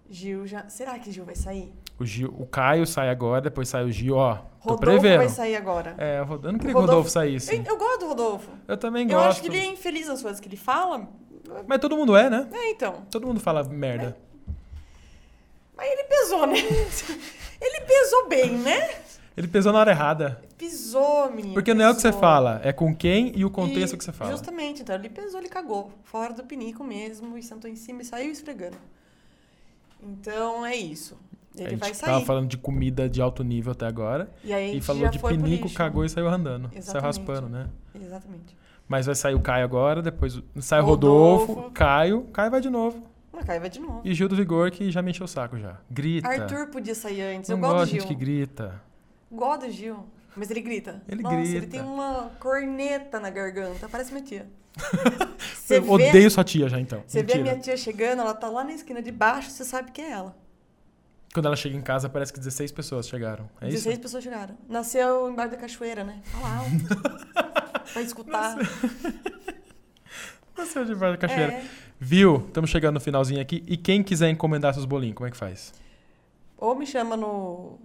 Speaker 2: Gil já... Será que Gil vai sair?
Speaker 1: O Gil, o Caio sai agora, depois sai o Gil, ó. Tô
Speaker 2: Rodolfo
Speaker 1: prevendo.
Speaker 2: vai sair agora.
Speaker 1: É, eu não queria que o
Speaker 2: Rodolfo-
Speaker 1: Rodolfo saísse.
Speaker 2: Eu, eu gosto do Rodolfo.
Speaker 1: Eu também
Speaker 2: Eu
Speaker 1: gosto.
Speaker 2: acho que ele é infeliz nas coisas que ele fala.
Speaker 1: Mas todo mundo é, né?
Speaker 2: É, então.
Speaker 1: Todo mundo fala merda.
Speaker 2: É. Mas ele pesou, né? Ele pesou bem, né?
Speaker 1: Ele pesou na hora errada.
Speaker 2: Pisou, menino.
Speaker 1: Porque não é o que você
Speaker 2: pisou.
Speaker 1: fala, é com quem e o contexto
Speaker 2: E
Speaker 1: que você fala.
Speaker 2: Justamente, então ele pesou, ele cagou. Fora do pinico mesmo, e sentou em cima e saiu esfregando. Então é isso.
Speaker 1: a
Speaker 2: Ele
Speaker 1: gente
Speaker 2: vai
Speaker 1: tava
Speaker 2: sair.
Speaker 1: falando de comida de alto nível até agora.
Speaker 2: E aí a
Speaker 1: E,
Speaker 2: gente
Speaker 1: falou
Speaker 2: já
Speaker 1: de
Speaker 2: foi pro
Speaker 1: pinico,
Speaker 2: lixo.
Speaker 1: cagou e saiu andando. Saiu
Speaker 2: Exatamente.
Speaker 1: raspando, né?
Speaker 2: Exatamente.
Speaker 1: Mas vai sair o Caio agora, depois sai o Rodolfo,
Speaker 2: Rodolfo.
Speaker 1: Caio, Caio vai de novo.
Speaker 2: Uma caiva de novo.
Speaker 1: E Gil do Vigor, que já me encheu o saco já. Grita.
Speaker 2: Arthur podia sair antes.
Speaker 1: não
Speaker 2: eu gosto do
Speaker 1: gosta de
Speaker 2: Gil.
Speaker 1: gente que grita.
Speaker 2: Gosto do Gil. Mas ele grita.
Speaker 1: Ele
Speaker 2: Nossa,
Speaker 1: grita.
Speaker 2: ele tem uma corneta na garganta. Parece minha tia. Você
Speaker 1: Eu
Speaker 2: vê-
Speaker 1: odeio sua tia já, então.
Speaker 2: Você vê a
Speaker 1: Mentira.
Speaker 2: minha tia chegando, ela tá lá na esquina de baixo, você sabe que é ela.
Speaker 1: Quando ela chega em casa, parece que 16 pessoas chegaram. É
Speaker 2: 16
Speaker 1: isso?
Speaker 2: pessoas chegaram. Nasceu embaixo da cachoeira, né? Tá lá. ó. Vai escutar.
Speaker 1: Nasceu de Vale da Cachoeira.
Speaker 2: É.
Speaker 1: Viu? Estamos chegando no finalzinho aqui. E quem quiser encomendar seus bolinhos, como é que faz?
Speaker 2: Ou me chama no,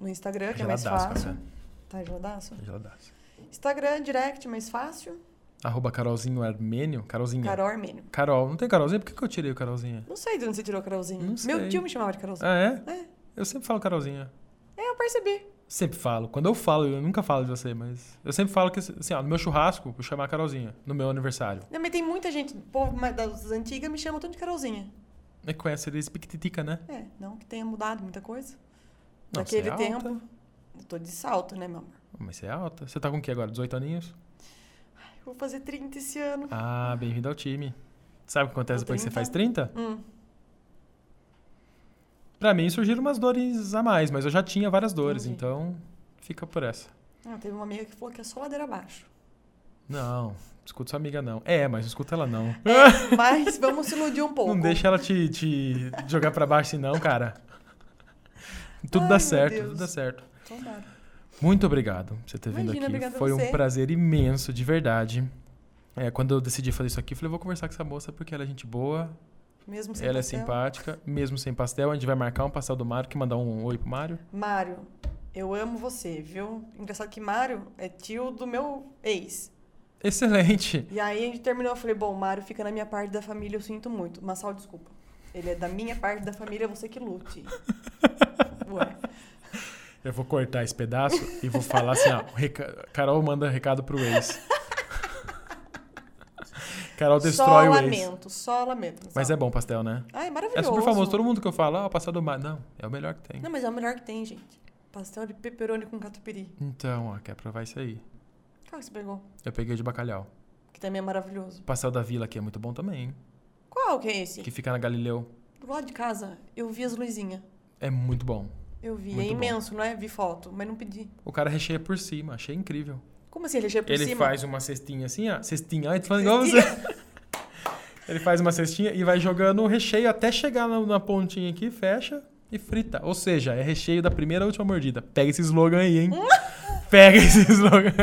Speaker 2: no Instagram, que é mais
Speaker 1: Geladaço,
Speaker 2: fácil.
Speaker 1: café.
Speaker 2: Tá geladaço?
Speaker 1: Geladaço.
Speaker 2: Instagram, direct, mais fácil.
Speaker 1: Arroba Carolzinho Armênio? Carolzinha.
Speaker 2: Carol Armênio.
Speaker 1: Carol. Não tem Carolzinha? Por que, que eu tirei o Carolzinha?
Speaker 2: Não sei de onde você tirou Carolzinho.
Speaker 1: Não sei.
Speaker 2: Meu tio me chamava de Carolzinho.
Speaker 1: Ah, é?
Speaker 2: É.
Speaker 1: Eu sempre falo Carolzinha.
Speaker 2: É, eu percebi.
Speaker 1: Sempre falo. Quando eu falo, eu nunca falo de você, mas... Eu sempre falo que, assim, ó, no meu churrasco, eu vou chamar a Carolzinha. No meu aniversário.
Speaker 2: Não, mas tem muita gente, o povo mais das antigas me chama tanto de Carolzinha.
Speaker 1: É que conhece eles Piquitica, né?
Speaker 2: É, não que tenha mudado muita coisa.
Speaker 1: Não,
Speaker 2: Daquele
Speaker 1: você é alta.
Speaker 2: tempo. Eu tô de salto, né, meu amor?
Speaker 1: Mas você é alta. Você tá com o que agora? 18 aninhos?
Speaker 2: Eu vou fazer 30 esse ano.
Speaker 1: Ah, bem-vindo ao time. Sabe o que acontece
Speaker 2: Com
Speaker 1: depois que você
Speaker 2: 30?
Speaker 1: faz 30?
Speaker 2: Hum.
Speaker 1: Pra mim surgiram umas dores a mais, mas eu já tinha várias dores,
Speaker 2: Entendi.
Speaker 1: então fica por essa.
Speaker 2: Ah, teve uma amiga que falou que é só ladeira abaixo.
Speaker 1: Não, escuta sua amiga não. É, mas não escuta ela não.
Speaker 2: É, mas vamos se iludir um pouco.
Speaker 1: Não deixa ela te, te jogar pra baixo assim não, cara. Tudo
Speaker 2: Ai,
Speaker 1: dá
Speaker 2: meu
Speaker 1: certo,
Speaker 2: Deus.
Speaker 1: tudo dá certo.
Speaker 2: Tomara.
Speaker 1: Muito obrigado por você ter vindo
Speaker 2: Imagina,
Speaker 1: aqui.
Speaker 2: obrigada a
Speaker 1: Foi um
Speaker 2: você.
Speaker 1: prazer imenso, de verdade. É, quando eu decidi fazer isso aqui, eu falei, eu vou conversar com essa moça porque ela é gente boa,
Speaker 2: Mesmo sem
Speaker 1: ela
Speaker 2: pastel.
Speaker 1: é simpática, mesmo sem pastel. A gente vai marcar um pastel do Mário, que mandar um oi pro Mário.
Speaker 2: Mário, eu amo você, viu? Engraçado que Mário é tio do meu ex.
Speaker 1: Excelente!
Speaker 2: E aí a gente terminou, eu falei, bom, Mário fica na minha parte da família, eu sinto muito. Massal, desculpa. Ele é da minha parte da família, você que lute. Ué.
Speaker 1: Eu vou cortar esse pedaço e vou falar assim, ó, reca- Carol manda recado pro ex. Carol destrói
Speaker 2: só
Speaker 1: o ex.
Speaker 2: lamento, só lamento.
Speaker 1: Mas é bom pastel, né?
Speaker 2: Ah, é
Speaker 1: É
Speaker 2: maravilhoso.
Speaker 1: super famoso. Todo mundo que eu falo, ah, o pastel do mar. Não, é o melhor que tem.
Speaker 2: Não, mas é o melhor que tem, gente. Pastel de pepperoni com catupiry.
Speaker 1: Então, ó, quer provar isso aí.
Speaker 2: Qual que você pegou?
Speaker 1: Eu peguei o de bacalhau.
Speaker 2: Que também é maravilhoso.
Speaker 1: O pastel da vila aqui é muito bom também, hein?
Speaker 2: Qual que é esse?
Speaker 1: Que fica na Galileu.
Speaker 2: Do lado de casa, eu vi as luzinhas.
Speaker 1: É muito bom.
Speaker 2: Eu vi.
Speaker 1: Muito
Speaker 2: é
Speaker 1: bom.
Speaker 2: imenso, não é? Vi foto, mas não pedi.
Speaker 1: O cara recheia por cima, achei incrível.
Speaker 2: Como assim? Ele recheia por
Speaker 1: Ele
Speaker 2: cima?
Speaker 1: faz uma cestinha assim, ó. Cestinha, ai, tô falando igual você. Ele faz uma cestinha e vai jogando o recheio até chegar na, na pontinha aqui, fecha e frita. Ou seja, é recheio da primeira à última mordida. Pega esse slogan aí, hein? Pega esse slogan.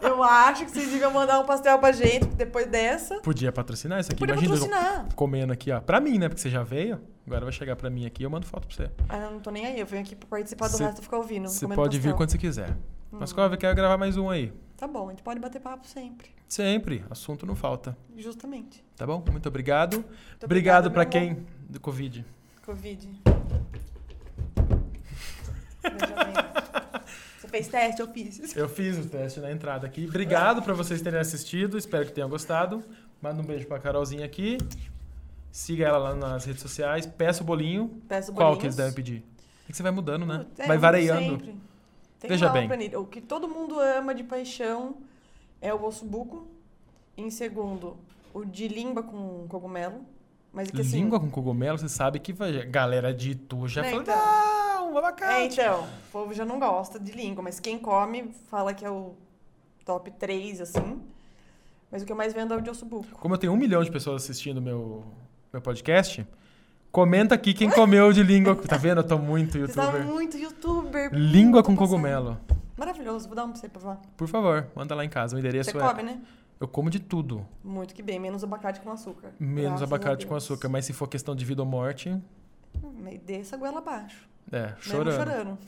Speaker 2: Eu acho que vocês deviam mandar um pastel pra gente depois dessa.
Speaker 1: Podia patrocinar isso aqui.
Speaker 2: Podia
Speaker 1: Imagina eu
Speaker 2: patrocinar.
Speaker 1: comendo aqui, ó. Pra mim, né? Porque você já veio. Agora vai chegar pra mim aqui e eu mando foto pra você.
Speaker 2: Ah, eu não tô nem aí. Eu venho aqui pra participar do
Speaker 1: Cê-
Speaker 2: resto e ficar ouvindo.
Speaker 1: você
Speaker 2: comendo
Speaker 1: pode vir
Speaker 2: pastel. Hum.
Speaker 1: quando você quiser. Mas, Cove, quero gravar mais um aí.
Speaker 2: Tá bom, a gente pode bater papo sempre.
Speaker 1: Sempre. Assunto não falta.
Speaker 2: Justamente.
Speaker 1: Tá bom? Muito obrigado.
Speaker 2: Muito
Speaker 1: obrigado
Speaker 2: obrigada,
Speaker 1: pra
Speaker 2: meu
Speaker 1: quem... Do Covid.
Speaker 2: Covid. Veja bem. Você fez teste? Eu fiz.
Speaker 1: Eu fiz o teste na entrada aqui. Obrigado pra vocês terem assistido. Espero que tenham gostado. Manda um beijo pra Carolzinha aqui. Siga ela lá nas redes sociais. Peça o bolinho.
Speaker 2: Peço
Speaker 1: Qual
Speaker 2: bolinhos.
Speaker 1: que eles devem pedir? É que você vai mudando, né?
Speaker 2: É,
Speaker 1: vai
Speaker 2: eu
Speaker 1: variando.
Speaker 2: sempre. Tem
Speaker 1: Veja
Speaker 2: uma
Speaker 1: bem.
Speaker 2: planilha. O que todo mundo ama de paixão é o osso buco. Em segundo, o de língua com cogumelo. Mas é que assim.
Speaker 1: Língua com cogumelo, você sabe que vai- a galera de Itu já
Speaker 2: Né,
Speaker 1: falou,
Speaker 2: então.
Speaker 1: não, abacate.
Speaker 2: É, então, o povo já não gosta de língua, mas quem come fala que é o top 3, assim. Mas o que eu mais vendo é o de osso buco.
Speaker 1: Como eu tenho um milhão de pessoas assistindo meu, meu podcast, comenta aqui quem comeu de língua. Tá vendo? Eu tô muito
Speaker 2: Você tá
Speaker 1: youtuber.
Speaker 2: muito youtuber.
Speaker 1: Língua
Speaker 2: muito
Speaker 1: com
Speaker 2: passado.
Speaker 1: cogumelo.
Speaker 2: Maravilhoso, vou dar um pra você provar.
Speaker 1: Por favor, manda lá em casa. O endereço
Speaker 2: Você
Speaker 1: é.
Speaker 2: come, né?
Speaker 1: Eu como de tudo.
Speaker 2: Muito que bem, menos abacate com açúcar.
Speaker 1: Menos
Speaker 2: Graças a
Speaker 1: abacate com
Speaker 2: Deus.
Speaker 1: açúcar. Mas se for questão de vida ou morte,
Speaker 2: Hum, E desça a goela abaixo.
Speaker 1: é,
Speaker 2: Mesmo
Speaker 1: chorando.
Speaker 2: chorando.